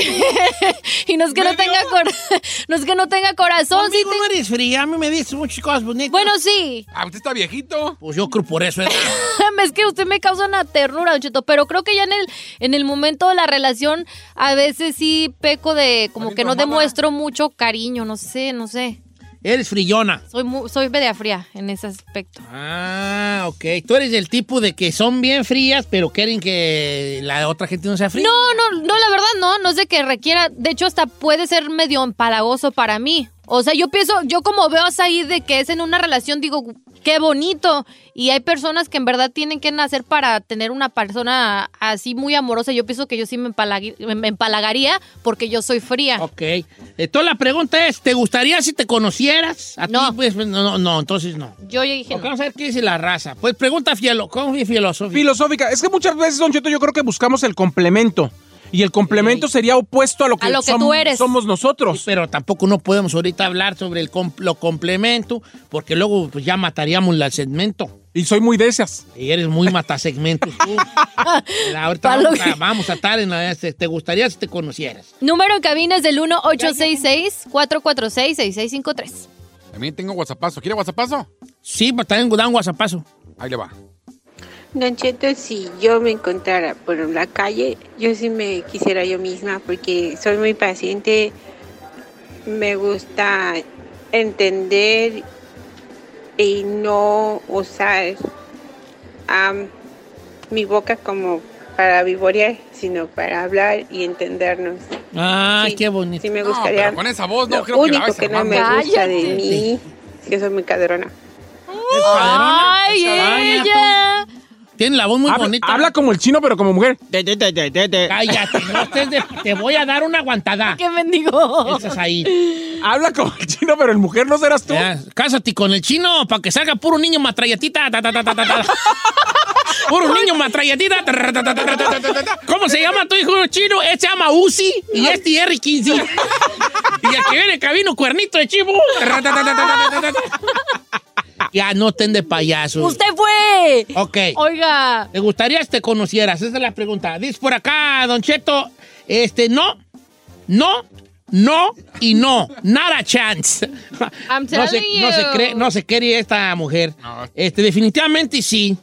J: y no es que no tenga, cor- no es que no tenga corazón. sí
B: Conmigo no eres fría, a mí me dices muchas cosas bonitas.
J: Bueno, sí.
C: Ah, usted está viejito.
B: Pues yo creo por eso era.
J: es que usted me causa una ternura, Don Cheto, pero creo que ya en el, en el momento de la relación a veces sí peco de como que no demuestro mucho cariño, no sé, no sé.
B: Eres frillona.
J: Soy mu- soy media fría en ese aspecto.
B: Ah, ok. Tú eres del tipo de que son bien frías, pero quieren que la otra gente no sea fría.
J: No, no, no, la verdad no, no es de que requiera, de hecho hasta puede ser medio empalagoso para mí. O sea, yo pienso, yo como veo a Said de que es en una relación, digo, qué bonito. Y hay personas que en verdad tienen que nacer para tener una persona así muy amorosa. Yo pienso que yo sí me, empalagui- me- me empalagaría porque yo soy fría.
B: Ok. Entonces la pregunta es, ¿te gustaría si te conocieras? A no. pues, pues, no, no, no, entonces no.
J: Yo ya dije,
B: Ok, Vamos a ver qué dice la raza. Pues pregunta fielo, ¿cómo es filosófica?
I: Filosófica. Es que muchas veces, Don Cheto, yo creo que buscamos el complemento. Y el complemento sería opuesto a lo que, som- somos nosotros.
B: pero tampoco no podemos ahorita hablar sobre el com- lo complemento, porque luego pues, ya mataríamos el segmento.
I: Y soy muy de esas.
B: Y eres muy matasegmentos tú. La- ahorita
J: Palo-
B: vamos a, vamos a estar en la... este, ¿Te gustaría si te conocieras?
J: Número en cabina es del 1-866-446-6653.
C: También tengo whatsappazo. ¿Quiere whatsappazo?
B: Sí, pues también da un Ah, whatsappazo.
C: Ahí le va.
U: Don Cheto, si yo me encontrara por la calle, yo sí me quisiera yo misma porque soy muy paciente, me gusta entender y no usar am, mi boca como para vivorear, sino para hablar y entendernos.
B: Ay, qué bonito.
U: Sí me gustaría.
C: pero con esa voz no
U: Lo
C: creo que la
U: único
C: vayas a
U: que no me
C: armar.
U: gusta de
C: Cállate.
U: mí es que soy muy cadrona.
J: ¡Ay,
B: Ay,
J: ella!
B: Tiene la voz muy
I: Habla-
B: bonita.
I: Habla como el chino, pero como mujer.
B: Cállate, no estés de- te voy a dar una aguantada.
J: ¡Qué mendigo!
B: Esa es ahí.
I: Habla como el chino, pero el mujer no serás tú.
B: cásate con el chino para que salga puro niño matralletita. ta, ta, ta, ta, ta, ta. Puro niño matralletita. ta, ta, ta, ta, ta, ta, ta, ta, ta. ¿Cómo se llama tu hijo chino? Este se llama Uzi y este R15. Y el que viene camino cuernito de chivo. Ta, ta, ta, ta, ta, ta, ta, ta. Ya no estén de payaso.
J: ¡Usted fue!
B: Ok.
J: Oiga.
B: ¿Te gustaría que te conocieras? Esa es la pregunta. Dice por acá, Don Cheto, este, no, no, no y no. Nada chance.
J: I'm
B: no, se,
J: telling
B: no se
J: you.
B: cree, no se quiere esta mujer. Este, definitivamente sí.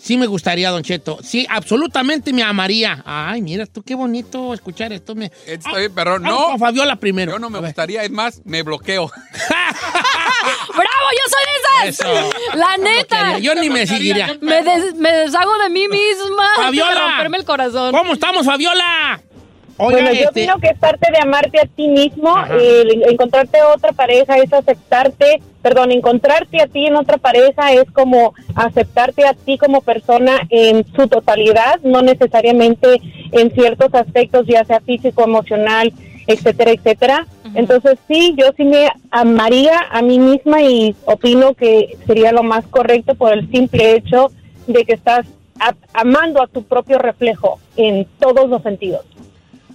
B: Sí me gustaría, Don Cheto. Sí, absolutamente me amaría. Ay, mira tú, qué bonito escuchar esto. Me...
C: Está bien, perrón.
B: Vamos
C: No,
B: con Fabiola primero.
C: yo no me gustaría. Es más, me bloqueo.
J: ¡Bravo! ¡Yo soy de esas!
C: Eso.
J: ¡La neta!
B: quería, yo ni me seguiría.
J: Me, des- me deshago de mí misma. antes de
B: Fabiola.
J: romperme el corazón.
B: ¿Cómo estamos, Fabiola?
V: bueno, yo
B: este-
V: opino que es parte de amarte a ti mismo,
B: Ajá.
V: el encontrarte otra pareja es aceptarte, perdón, encontrarte a ti en otra pareja es como aceptarte a ti como persona en su totalidad, no necesariamente en ciertos aspectos, ya sea físico, emocional, etcétera, etcétera. Entonces sí, yo sí me amaría a mí misma y opino que sería lo más correcto por el simple hecho de que estás a- amando a tu propio reflejo en todos los sentidos.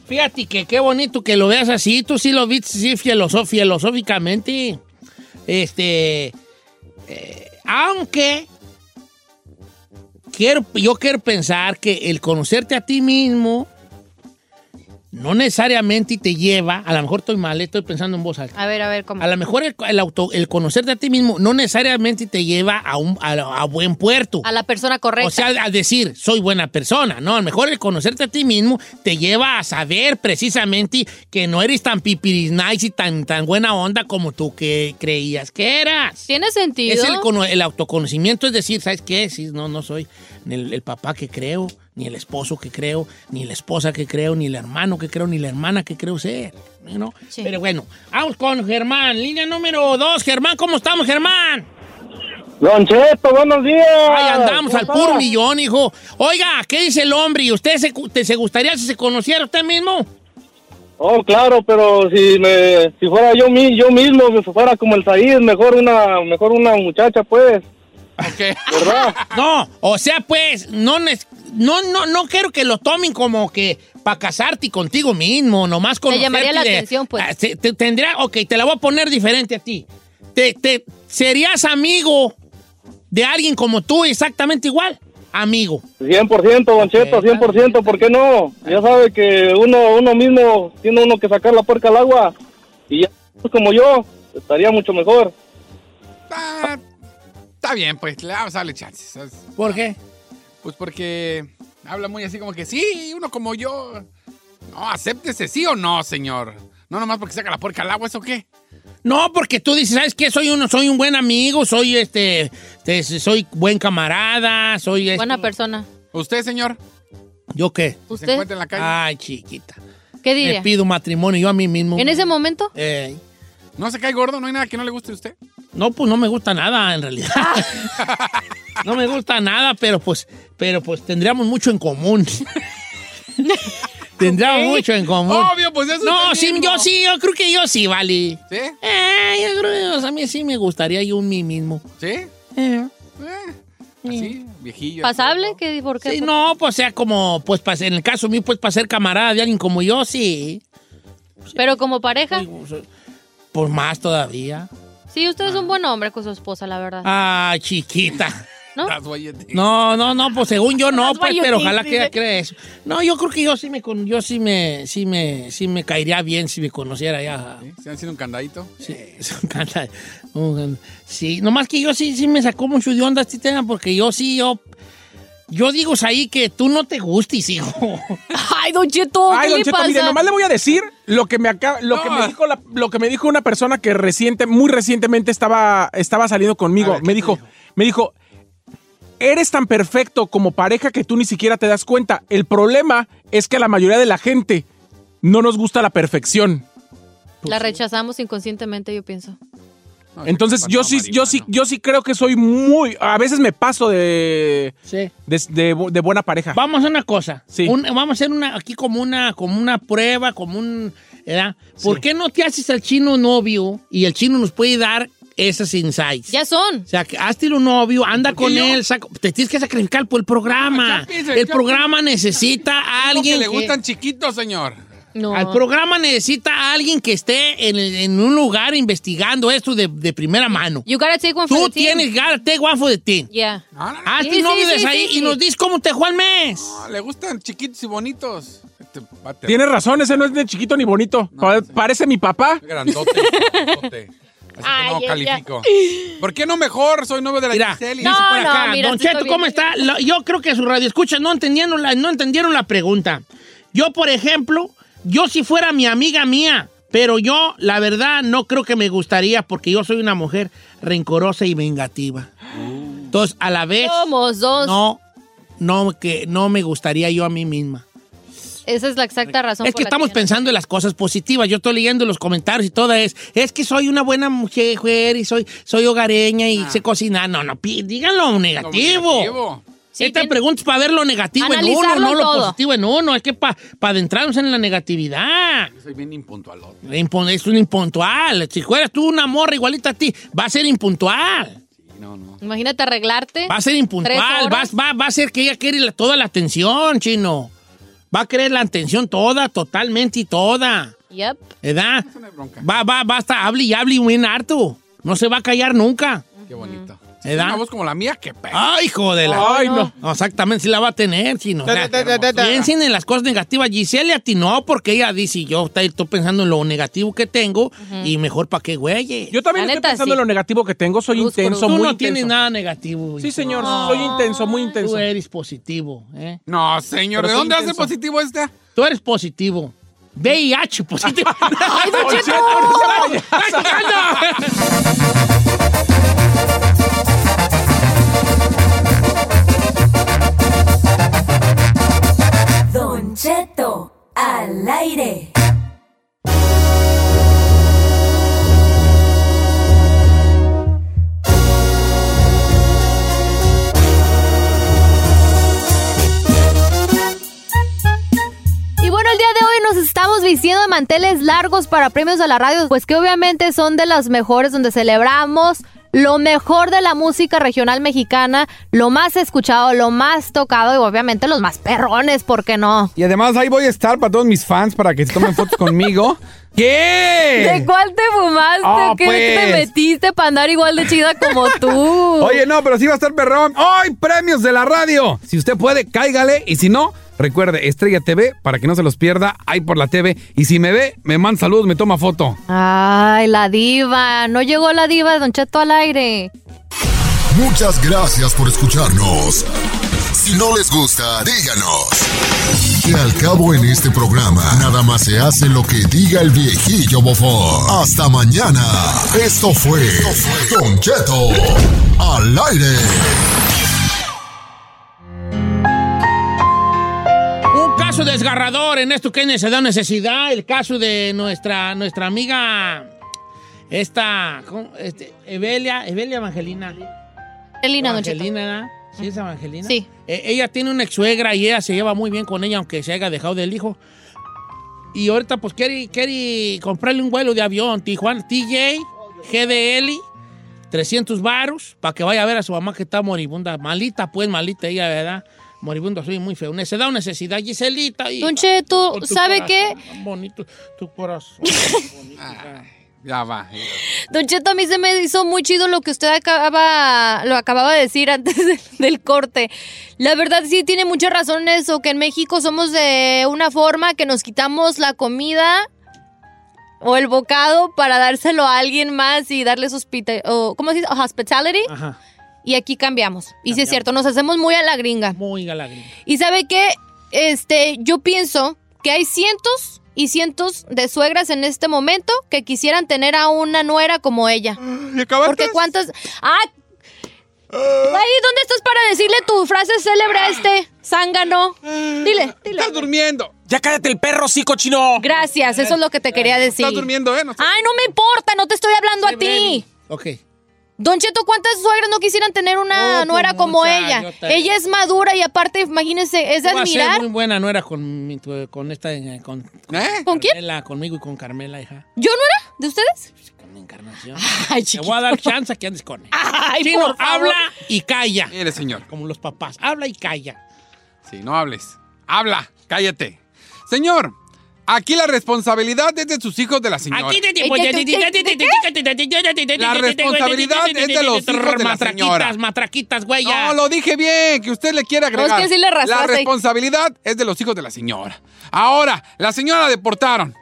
B: Fíjate que qué bonito que lo veas así. Tú sí lo viste sí, filoso- filosóficamente. Este. eh, aunque. Quiero, yo quiero pensar que el conocerte a ti mismo. No necesariamente te lleva. A lo mejor estoy mal, eh, estoy pensando en voz alta.
J: A ver, a ver, ¿cómo?
B: A lo mejor el, el auto, el conocerte a ti mismo no necesariamente te lleva a, un, a, a buen puerto.
J: A la persona correcta.
B: O sea, al decir, soy buena persona, ¿no? A lo mejor el conocerte a ti mismo te lleva a saber precisamente que no eres tan pipiris nice y tan, tan buena onda como tú que creías que eras.
J: Tiene sentido.
B: Es el, cono- el autoconocimiento, es decir, ¿sabes qué? Sí, no, no soy ni el, el papá que creo, ni el esposo que creo, ni la esposa que creo, ni el hermano que creo, ni la hermana que creo ser. ¿no? Pero bueno, vamos con Germán, línea número dos. Germán, ¿cómo estamos, Germán?
N: Don Cheto, buenos días.
B: Ahí andamos al
N: ¿Cómo
B: puro
N: estás?
B: millón, hijo. Oiga, ¿qué dice el hombre? ¿Y usted se, te- se gustaría si se conociera usted mismo?
N: Oh, claro, pero si me, si fuera yo mi- yo mismo, si fuera como el Said, mejor una, mejor una muchacha, pues. ¿Verdad?
B: No, o sea, pues, no, nes- no, no, no quiero que lo tomen como que para casarte y contigo mismo, nomás con.
J: Te llamaría la atención, pues.
B: tendría, ok, ah, te la voy a poner diferente a ti. Te, te- ¿Serías amigo de alguien como tú exactamente igual? Amigo.
N: 100%, Don Cheto, 100%, ¿por qué no? Ya sabe que uno uno mismo tiene uno que sacar la puerca al agua. Y ya, pues, como yo, estaría mucho mejor.
C: Está bien, pues le vamos a darle chances.
B: ¿Por qué?
C: Pues porque habla muy así como que sí, uno como yo. No, acéptese, sí o no, señor. No nomás porque saca la puerca al agua, ¿eso qué?
B: No, porque tú dices, ¿sabes qué? Soy un, soy un buen amigo, soy este, te- soy buen camarada, soy... esto.
J: Buena persona.
C: ¿Usted, señor?
B: ¿Yo qué?
J: ¿Usted? ¿Se encuentra en la calle?
B: Ay, chiquita.
J: ¿Qué
B: Le
J: diría?
B: pido matrimonio yo a mí mismo.
J: ¿En ese momento?
B: Eh,
C: ¿No se cae gordo? ¿No hay nada que no le guste a usted?
B: no, pues no me gusta nada, en realidad. no me gusta nada, pero pues, pero pues tendríamos mucho en común. tendríamos mucho en común.
C: Obvio, pues eso
B: No,
C: es lo
B: sí,
C: mismo.
B: yo sí, yo creo que yo sí, vale.
C: ¿Sí?
B: Eh, yo creo que o sea, a mí sí me gustaría yo un mí mismo.
C: ¿Sí?
B: Eh.
C: Así, viejillo.
J: ¿Pasable? ¿Qué, ¿Por qué?
B: Sí, no, pues sea como, pues pa- en el caso mío, pues para ser camarada de alguien como yo, sí.
J: Pero como pareja,
B: Pues más todavía.
J: sí, usted es un buen hombre con su esposa, la verdad.
B: Ah, chiquita.
J: ¿No?
B: No, no, no, pues según yo no, pues,
J: guayotín,
B: pero ojalá que
J: dice.
B: ella crea eso. No, yo creo que yo sí me con, yo sí me, sí me, sí me caería bien si me conociera ya.
C: ¿Se han sido un candadito?
B: Sí, es un canta- un- Sí, nomás que yo sí, sí me sacó mucho de onda este tema, porque yo sí, yo, yo digo ahí que tú no te gustes, hijo.
J: Ay, Don Cheto,
I: Ay, Don Cheto, mire, nomás le voy a decir lo que me acaba, lo, que me dijo la- lo que me dijo una persona que reciente, muy recientemente estaba, estaba saliendo conmigo. me dijo, me dijo, eres tan perfecto como pareja que tú ni siquiera te das cuenta. El problema es que a la mayoría de la gente no nos gusta la perfección.
B: pues
J: La rechazamos inconscientemente, yo pienso.
I: Entonces yo sí, yo sí, yo sí creo que soy muy, a veces me paso de,
B: Sí.
I: de, de bu- de buena pareja.
B: Vamos a hacer una cosa.
I: Sí.
B: Un- vamos a hacer una, aquí como una, como una prueba, como un. ¿verdad? ¿Por qué no te haces al chino novio y el chino nos puede dar esas insights?
J: Ya son.
B: O sea, que hazte un novio, anda con
J: yo?
B: él, saco- te tienes que sacrificar por el programa.
C: Ah, ya piensa,
B: el
C: ya
B: programa necesita a
C: Algo
B: alguien.
C: que le
B: que-
C: gustan chiquitos, señor.
J: No.
B: Al programa necesita a alguien que esté en, el- en un lugar investigando esto de, de primera mano.
J: You gotta take one for
B: Tú
J: the team.
B: tienes, gotta take one for the team.
J: Yeah.
B: Hazte
J: Sí,
B: novio
J: sí,
B: desde
J: sí,
B: ahí
J: sí.
B: y nos dices cómo te fue el mes.
C: No, Ah, le gustan chiquitos y bonitos. Este bate-
I: Tienes razón, ese no es de chiquito ni bonito. Pa- Parece mi papá.
C: Grandote. grandote. Así que no califico. ¿Por qué no mejor? Soy novio de la
B: Mira,
C: Giselle. y-
B: dice por acá, Don Cheto, ¿cómo está? Lo- yo creo que su radio escucha, no entendieron, la, no entendieron la pregunta. Yo, por ejemplo, yo si fuera mi amiga mía, pero yo, la verdad, no creo que me gustaría porque yo soy una mujer rencorosa y vengativa. Entonces, a la vez,
J: Somos dos.
B: no, no, que no me gustaría yo a mí misma.
J: Esa es la exacta razón.
B: Es
J: por
B: que
J: la
B: estamos
J: yo-
B: pensando en las cosas positivas. Yo estoy leyendo los comentarios y todo es. Es que soy una buena mujer y soy, soy hogareña
J: Ah.
B: y sé cocinar. No, no, pi- díganlo negativo.
C: negativo.
J: Sí,
B: Esta
J: tiene-
B: pregunta es para ver lo negativo en uno,
J: Analizarlo
B: no lo
J: todo.
B: positivo en uno. Es que para adentrarnos en la negatividad.
C: Soy bien impuntualote.
B: Impun- Es un impuntual. Si fueras tú una morra igualita a ti, va a ser impuntual.
C: No, no.
J: Imagínate arreglarte.
B: Va a ser impuntual.
J: Tres
B: Va,
J: horas.
B: va- va a ser que ella quiere la- toda la atención, chino. Va a querer la atención toda, totalmente y toda.
J: Yep.
B: ¿Edad? Va, va, basta, hable y hable y bien harto. No se va a callar nunca.
C: Qué bonito. Si
B: ¿Edad?
C: tiene Una voz como la mía, qué pedo.
B: ¡Ay, hijo de la!
I: Ay, no.
B: Exactamente, sí la va a tener, chino. O sea,
I: Ta, ta, ta, ta, ta.
B: Piensen en las cosas negativas. Giselle le atinó porque ella dice, yo estoy estoy pensando en lo negativo que tengo y mejor para qué, güey.
I: Yo también
B: La
I: estoy
B: neta,
I: pensando
B: sí.
I: en lo negativo que tengo. Soy intenso,
B: Tú
I: muy
B: no
I: intenso.
B: tienes nada negativo.
I: Sí,
B: hijo.
I: señor. Soy intenso, muy intenso.
B: Tú eres positivo, ¿eh?
C: No, señor. ¿De
I: Pero soy
C: dónde hace
I: intenso.
C: positivo este?
B: Tú eres positivo. VIH positivo. ¡Ay,
I: Don Cheto, no se vaya.
L: Don Cheto al aire.
J: Y bueno, el día de hoy nos estamos vistiendo de manteles largos para premios de la radio, pues que obviamente son de las mejores donde celebramos lo mejor de la música regional mexicana, lo más escuchado, lo más tocado y obviamente los más perrones, ¿por qué no?
H: Y además ahí voy a estar para todos mis fans para que se tomen fotos conmigo. ¿Qué?
J: ¿De cuál te fumaste?
H: Eh. Ah,
J: ¿Qué te
H: pues.
J: metiste para andar igual de chida como tú?
B: Uh.
H: Oye, no, pero sí va a estar perrón. ¡Hoy premios de la radio! Si usted puede, cáigale. Y si no, recuerde, Estrella TV, para que no se los pierda, ahí por la TV. Y si me ve, me manda saludos, me toma foto.
J: Ay, la diva. No llegó la diva de Don Cheto al aire.
W: Muchas gracias por escucharnos. Si no les gusta, díganos. Que al cabo en este programa, nada más se hace lo que diga el viejillo bofón. Hasta mañana. Esto fue Don Cheto al aire.
B: Un caso desgarrador en esto que es da necesidad, el caso de nuestra, nuestra amiga, esta, ¿cómo? Este, Evelia, Evelia Evangelina.
J: Evangelina, Don Cheto.
B: Evangelina, ¿no? ¿sí es Evangelina?
J: Sí.
B: Eh, ella tiene una ex suegra y ella se lleva muy bien con ella, aunque se haya dejado del hijo. Y ahorita, pues, quiere, quiere comprarle un vuelo de avión, Tijuana, TJ, GDL, 300 varos, para que vaya a ver a su mamá que está moribunda. Malita, pues, malita ella, ¿verdad? Moribunda, soy muy feo. Se da necesidad, Giselita. Y,
J: Don Cheto,
B: Con tu
J: ¿sabe
B: corazón
J: qué?
B: tan Bonito, tu corazón.
C: Ya va.
J: Don Cheto, a mí se me hizo muy chido lo que usted acababa, lo acababa de decir antes de- del corte. La verdad sí tiene mucha razón eso, que en México somos de una forma que nos quitamos la comida o el bocado para dárselo a alguien más y darles hospita- o, ¿cómo se dice? Hospitality.
B: Ajá.
J: Y aquí cambiamos. Y sí es cierto, nos hacemos muy a la gringa.
B: Muy a la gringa.
J: Y sabe qué, este, yo pienso que hay cientos y cientos de suegras en este momento que quisieran tener a una nuera como ella. Porque cuántas... Ah, Ahí, ¿dónde estás para decirle tu frase célebre a este zángano? Dile, dile. Estás
C: durmiendo.
I: Ya cállate el perro, sí, cochino.
J: Gracias, eso es lo que te quería decir.
I: Estás durmiendo,
C: ¿eh?
J: Ay, no me importa, no te estoy hablando a ti.
B: Ok.
J: Don Cheto, ¿cuántas suegras no quisieran tener una nuera como
B: muchas,
J: ella?
B: yo te-
J: Ella es madura y aparte, imagínense, es de
B: Tú vas a ser
J: admirar.
B: muy buena nuera con, mi- tu- con esta. eh, Con,
J: ¿Con quién?
B: Carmela, conmigo y con Carmela, hija.
J: ¿Yo no era? ¿De ustedes? Ay,
B: Te voy a dar chance que andes con él.
J: Ay,
B: Chino,
J: por favor.
B: habla
C: Ah,
B: y calla.
C: Mire, señor.
B: Como los papás. Habla y calla.
C: Sí, no hables. Habla, cállate. Señor, aquí la responsabilidad es de sus hijos de la señora.
B: pues,
C: La
B: La
C: responsabilidad es de los hijos de la señora.
B: Matraquitas, matraquitas, güey. ya.
C: No, lo dije bien, que usted le quiere
B: No, es
C: agregar.
B: que sí le
C: la
B: arrastraste.
C: responsabilidad es de los hijos de la señora. Ahora, la señora la deportaron.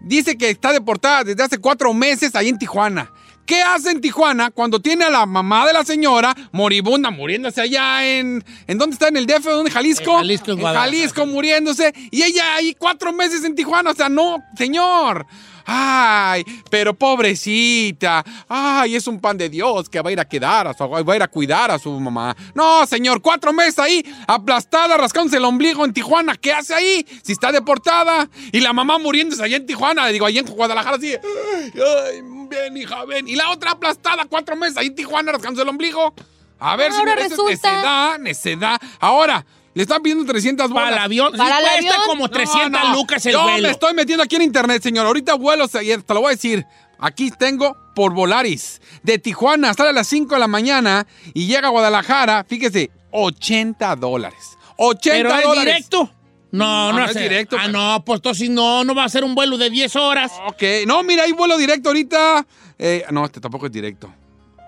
C: Dice que está deportada desde hace cuatro meses ahí en Tijuana. ¿Qué hace en Tijuana cuando tiene a la mamá de la señora moribunda, muriéndose allá en... ¿En dónde está? ¿En el DF? ¿Dónde? ¿Jalisco? En Jalisco, en
B: Guadalajara.
C: Jalisco muriéndose. Y ella ahí cuatro meses en Tijuana. O sea, no, señor. Ay, pero pobrecita. Ay, es un pan de Dios que va a ir a quedar, a su, va a ir a cuidar a su mamá. No, señor, cuatro meses ahí, aplastada, rascándose el ombligo en Tijuana. ¿Qué hace ahí? Si está deportada. Y la mamá muriéndose allá en Tijuana, digo, allá en Guadalajara, así. Ay, ay, ven, hija, ven. Y la otra aplastada, cuatro meses ahí en Tijuana, rascándose el ombligo. A ver,
B: Ahora
C: señor, eso es
B: resulta.
C: necedad, necedad. Ahora, le están pidiendo 300 bolas.
B: Para el avión. Sí Para el cuesta avión. como 300 lucas el
C: Yo
B: vuelo.
C: me estoy metiendo aquí en internet, señor. Ahorita vuelos, y te lo voy a decir. Aquí tengo por Volaris. De Tijuana sale a las 5 de la mañana y llega a Guadalajara, fíjese, 80 dólares. 80
B: ¿Pero es
C: dólares.
B: directo? No, no,
C: es
B: hace-
C: directo.
B: Ah, no, pues entonces sí, no, no va a ser un vuelo de 10 horas.
C: Ok, no, mira, hay vuelo directo ahorita. Eh, no, este tampoco es directo.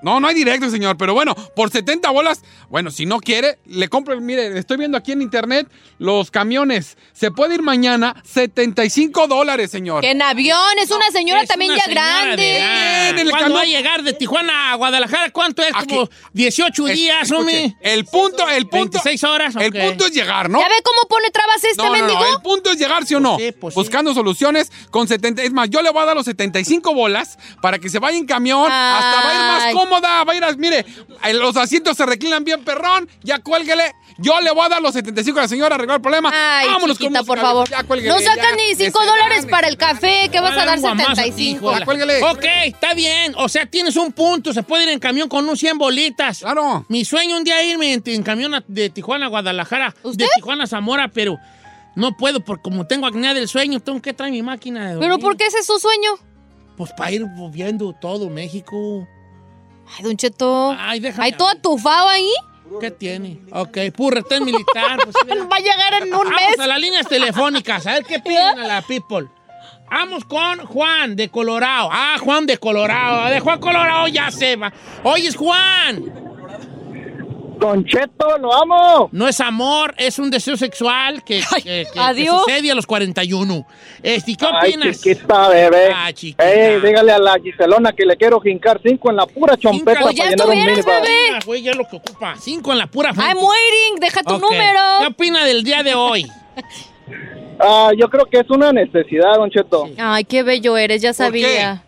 C: No, no hay directo, señor, pero bueno, por 70 bolas, bueno, si no quiere, le compro, mire, estoy viendo aquí en internet los camiones. Se puede ir mañana, 75 dólares, señor.
J: Que en avión, es una señora también
B: una
J: ya
B: señora de
J: grande.
B: edad.
C: En el
B: Ah, ¿Cuándo
C: camión-
B: va a llegar de Tijuana a Guadalajara? ¿Cuánto es? Como 18
C: Es-
B: días,
C: escuche,
B: hombre.
C: El punto, el punto.
B: 26 horas.
C: El punto es llegar, ¿no?
J: ¿Ya ve cómo pone trabas este
C: No, no,
J: mendigo?
C: no, el punto es llegar, ¿sí o
B: Pues
C: no? Buscando soluciones con 70. Es más, yo le voy a dar los 75 bolas para que se vaya en camión. Hasta va a ir más cómoda. Va a ir, a- mire, eh, los asientos se reclinan bien, perrón. Ya cuélguele. Yo le voy a dar los 75 a la señora, arreglar el problema.
J: Ay,
C: Vámonos con
J: chiquita,
C: música,
J: por favor.
C: Ya cuélguele.
J: No
C: ya.
J: sacan ni 5 dólares para el café, que vas a dar 75.
B: Ok, está bien. O sea, tienes un punto. Se puede ir en camión con un 100 bolitas.
C: Claro.
B: Mi sueño un día irme en, en camión a- de Tijuana a Guadalajara. De Tijuana a Zamora, pero no puedo porque como tengo acné del sueño, tengo que traer mi máquina de dormir.
J: ¿Pero por qué ese es su sueño?
B: Pues para ir viendo todo México.
J: Ay, Don Cheto.
B: Ay, déjame.
J: Hay todo atufado ahí.
B: ¿Qué tiene? Ok, purretén militar. pues,
J: Va a llegar en un
B: Vamos
J: mes.
B: a las líneas telefónicas, a ver qué piden a la people. Vamos con Juan de Colorado. Ah, Juan de Colorado. De Juan Colorado ya se va. Oyes, Juan.
K: Concheto, lo amo.
B: No es amor, es un deseo sexual que, que- que- que
K: adiós.
B: sucede a los 41. Este, ¿Qué
K: Ay,
B: opinas?
K: chiquita, bebé.
B: Ah, chiquita.
K: Ey, dígale a la Giselona que le quiero jincar cinco en la pura chompeta
J: Pues
B: pues
K: para llenar un minibar.
B: Ah, Güey, ya es lo que ocupa. Cinco en la pura.
K: I'm
J: waiting. Deja
K: tu número.
B: ¿Qué opina del día de hoy?
K: Ah, yo creo que es una necesidad, Don Cheto.
J: Ay, qué bello eres, ya sabía.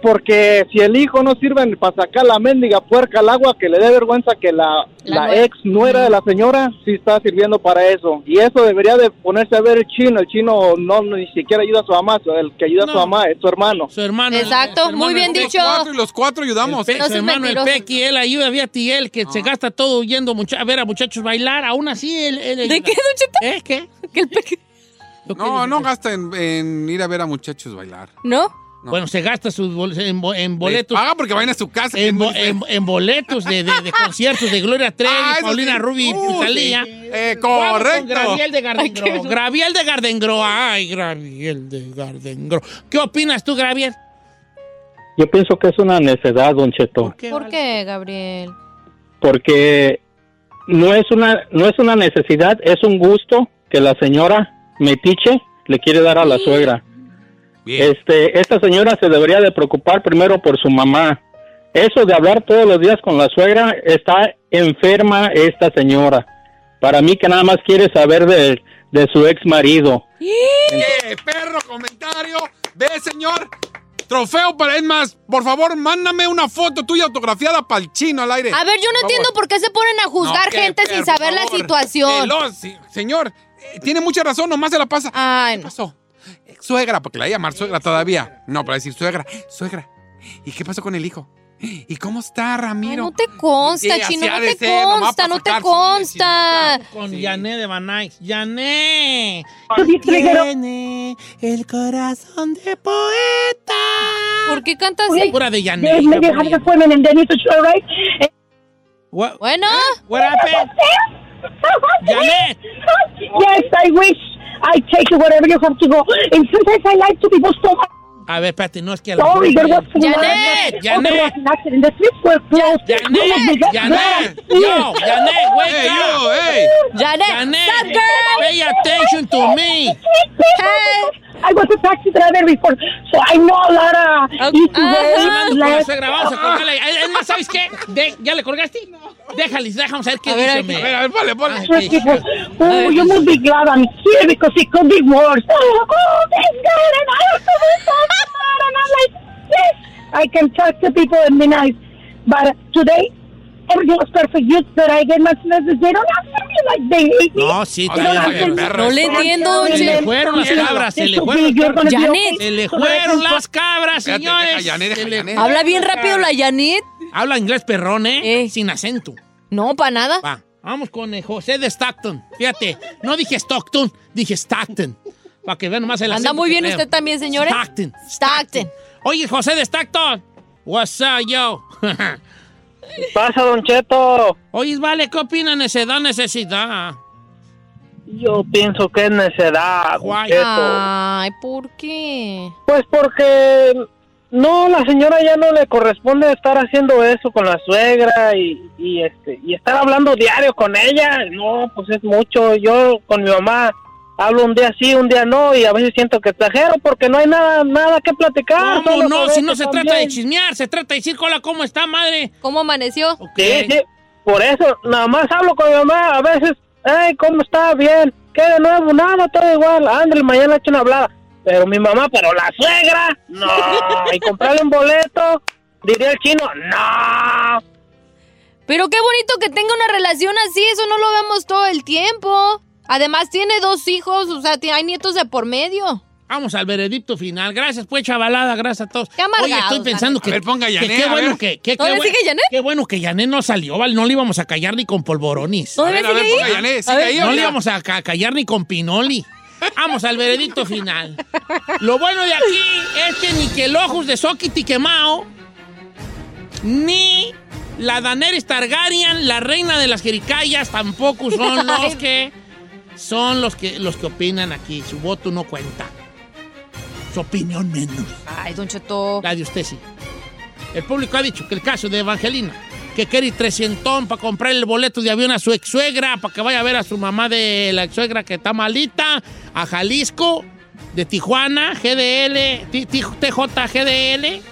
K: Porque si el hijo no sirve para sacar la mendiga puerca al agua, que le dé vergüenza que la, la
J: La nue-
K: ex nuera de la señora sí está sirviendo para eso. Y eso debería de ponerse a ver el chino. El chino no ni siquiera ayuda a su mamá. El que ayuda a su mamá es su hermano.
B: Su hermano.
J: Exacto, muy bien dicho.
B: los cuatro ayudamos.
J: No seas
B: hermano, el
J: mentiroso.
B: Pequi, él ayuda a ti, él que
C: Ah.
B: se gasta todo yendo mucha- a ver a muchachos bailar. Aún así, él. ¿De qué, ¿Eh? ¿Qué?
C: No, no gasta en, en ir a ver a muchachos bailar.
J: ¿No?
B: Bueno, se gasta sus bol- en, bo- en boletos.
C: paga Ah, porque vayan a su casa.
B: En, bo- en- en boletos de, de- de conciertos de Gloria Trevi,
C: Ah, eso
B: Paulina
C: sí.
B: Rubio y
C: Uh,
B: Talía.
C: sí. Eh, correcto.
B: Graviel de
C: Ay, qué
B: Gardengro.
C: bueno.
B: Graviel de Gardengro. Ay, Graviel de Gardengro. ¿Qué opinas tú, Graviel?
K: Yo pienso que es una necesidad, Don Cheto.
J: ¿Por qué, Gabriel?
K: porque no es una no es una necesidad, es un gusto que la señora Metiche le quiere dar a la suegra. Este, esta señora se debería de preocupar primero por su mamá. Eso de hablar todos los días con la suegra está enferma esta señora. Para mí que nada más quiere saber de, de su ex marido.
J: ¡Eh!
C: ¡Qué ¡Eh, perro comentario de señor! Trofeo para... Es más, por favor, mándame una foto tuya autografiada para el chino al aire.
J: A ver, yo no entiendo por qué se ponen a juzgar
C: No, que,
J: gente sin
C: por
J: saber la
C: favor,
J: situación.
C: Veloz, sí, señor, eh, tiene mucha razón, nomás se la pasa. ¿Qué pasó? Eh, Suegra, porque la voy a llamar suegra todavía. No, para decir suegra, suegra. ¿Y qué pasó con el hijo? ¿Y cómo está Ramiro?
J: No te consta,
C: Sí, así
J: chino,
C: ha
J: no
C: de
J: te
C: ser, nomás
J: consta,
C: para
J: no te
C: sacar, sí,
J: consta.
B: Con Yané de Banais. Yané.
J: triguero.
B: Tiene el corazón de poeta.
J: ¿Por qué cantas
B: así?
J: así?
B: Pura de Yané.
F: There's maybe a hundred women, and then you should try, right? And
J: Bueno.
B: What happened? Janet.
F: yes, I wish I take you wherever you have to go. And sometimes I like to be so much.
B: A ver, espérate, no es que a lo
F: Sorry, there was
B: mejor-
F: some
B: Janet,
F: Oh, there was
B: Janet,
F: an accident. The streets were closed.
B: Janet, Janet, yo, Janet, wake
F: Hey,
B: up.
F: you, hey.
J: Janet,
F: sup, girl?
B: pay attention to me.
F: I was a taxi driver before, so I know a lot of easy
B: Hablando
F: ways.
B: con la
F: left.
B: suegra, vamos a colgarle. Es es más, ¿sabes qué? De- ¿Ya le colgaste? Déjales, déjame saber qué
F: A ver,
B: dice.
F: a
B: hombre.
F: ver,
C: vale,
F: Oh, you must be glad I'm here because it could be worse. Oh, oh thank God, and I have to be so sad. And I'm like, yes, I can talk to people and be nice. But today, everything was perfect. You that I get my message. They don't answer me like they hate me.
B: No, sí,
F: They
B: está
F: don't
B: bien,
F: answer me.
B: perro. No le entiendo, don
F: And then
B: Cheto. Se le fueron las
F: sometimes
B: cabras, se le
F: it's
B: fueron
F: okay,
B: las
F: you're gonna be okay.
J: cabras. Janet.
B: Se le
F: So
B: fueron
F: that's
B: las cabras,
F: Espérate, deja,
B: señores.
F: Janet, deja,
B: Se le
F: Janet.
B: fueron
J: Habla bien
B: las
J: rápido la
B: cabras.
J: Janet.
B: Habla inglés perrón, ¿eh? Sin acento.
J: No, para nada.
B: Va, vamos con eh, José de Stockton. Fíjate, no dije Stockton, dije Stockton. Para que vean nomás el
J: Anda
B: acento
J: muy
B: que
J: bien
B: traigo.
J: usted también, señores.
B: Stockton.
J: Stockton.
B: Oye, José de Stockton. What's up, yo?
K: pasa, Don Cheto?
B: Oye, vale, ¿qué opinan? Necesidad, necesidad.
K: Yo pienso que es necedad, Don Cheto.
J: Ay, ¿por qué?
K: Pues porque no, la señora ya no le corresponde estar haciendo eso con la suegra y, y, este y estar hablando diario con ella. No, pues es mucho. Yo con mi mamá hablo un día sí, un día no y a veces siento que exagero porque no hay nada nada que platicar.
B: ¿Cómo
K: solo
B: no?
K: sobre
B: Si no
K: eso
B: se trata de
K: también.
B: chismear, se trata de decir, hola, ¿cómo está, madre?
J: ¿Cómo amaneció?
K: Sí, sí, por eso nada más hablo con mi mamá a veces. Ay, ¿cómo está? Bien. ¿Qué de nuevo? Nada, todo igual. Ándale, mañana he hecho una hablada. Pero mi mamá, pero la suegra, no. Y comprarle un boleto, diría el chino, no.
J: Pero qué bonito que tenga una relación así, eso no lo vemos todo el tiempo. Además tiene dos hijos, o sea, ti- hay nietos de por medio.
B: Vamos al veredicto final. Gracias, pues, chavalada. Gracias a todos.
J: Qué amargados,
B: Oye, estoy pensando que.
C: A ver, ponga
B: que
C: Yané,
B: Qué
C: a
B: bueno
C: ver.
B: que. que-
C: ¿Todavía
B: qué bueno-
C: sigue Yané?
B: Qué bueno que Yané no salió, ¿vale? No le íbamos a callar ni con polvoronis.
C: ¿Todavía A ver, a sigue ver, ahí? ponga Yané, sigue
B: A ver,
C: ahí,
B: No
C: oiga.
B: le íbamos a ca- callar ni con Pinoli. Vamos al veredicto final. Lo bueno de aquí es que ni que el ojos de Sokiti quemao, ni la Daenerys Targaryen, la reina de las jericayas, tampoco son los que son los que los que opinan aquí. Su voto no cuenta. Su opinión menos.
J: Ay, Don Cheto.
B: La de usted sí. El público ha dicho que el caso de Evangelina, que quiere 300 para comprar el boleto de avión a su ex suegra, para que vaya a ver a su mamá de la ex suegra que está malita, a Jalisco, de Tijuana, GDL, Ti- Ti- TJ, GDL.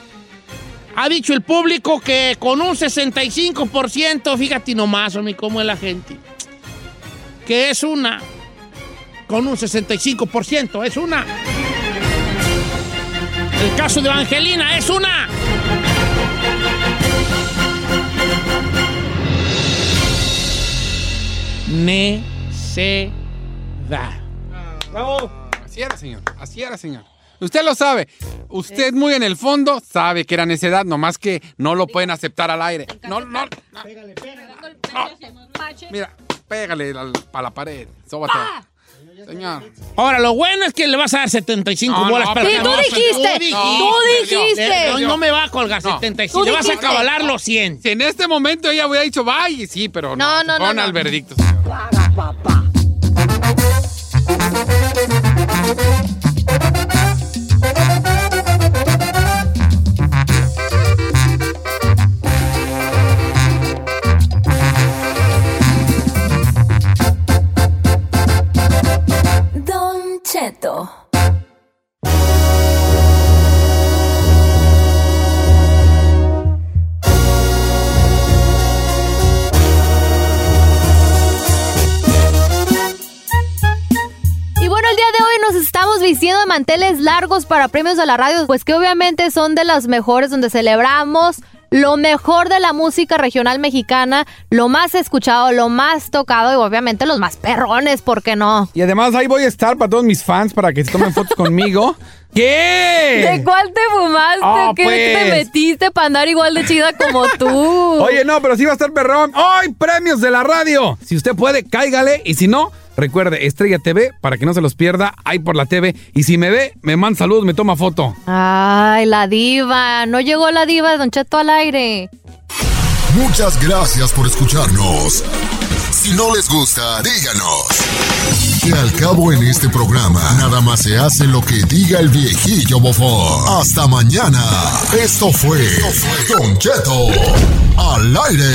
B: Ha dicho el público que con un 65%, fíjate nomás, hombre, cómo es la gente. Que es una. Con un 65%, es una. El caso de Evangelina es una. Necedad.
G: ¡Bravo! Así era, señor. Así era, señor. Usted lo sabe.
J: Eh.
G: Usted muy en el fondo sabe que era necedad, nomás que no lo pueden aceptar al aire. No, no.
B: Pégale,
G: pégale. Mira, pégale a la, a la pared. Sóbate.
B: Ah.
G: Señor.
B: Ahora, lo bueno es que le vas a dar 75
G: No, no,
B: bolas para
G: sí,
B: que-
G: tú dijiste, tú dijiste.
B: Le- Eh, No, no me va a colgar
G: No.
B: 75, le vas a cabalar los 100.
G: Si en este momento ella hubiera dicho bye, sí, pero no.
B: No, no, no,
G: Con
B: no.
G: Albertito.
L: Don Cheto.
J: Y bueno, el día de hoy nos estamos vistiendo de manteles largos para premios de la radio, pues que obviamente son de las mejores donde celebramos lo mejor de la música regional mexicana, lo más escuchado, lo más tocado y obviamente los más perrones, ¿por qué no?
C: Y además ahí voy a estar para todos mis fans para que se tomen fotos conmigo. ¿Qué?
J: ¿De cuál te fumaste?
C: Eh. Ah,
J: ¿Qué te
C: pues.
J: metiste para andar igual de chida como tú?
C: Oye, no, pero sí va a estar perrón. ¡Hoy premios de la radio! Si usted puede, cáigale. Y si no, recuerde, Estrella TV, para que no se los pierda, ahí por la TV. Y si me ve, me manda salud, me toma foto.
J: Ay, la diva. No llegó la diva de Don Cheto al aire.
W: Muchas gracias por escucharnos. Si no les gusta, díganos. Que al cabo en este programa, nada más se hace lo que diga el viejillo bofón. Hasta mañana. Esto fue, Don Cheto al aire.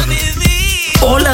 X: Hola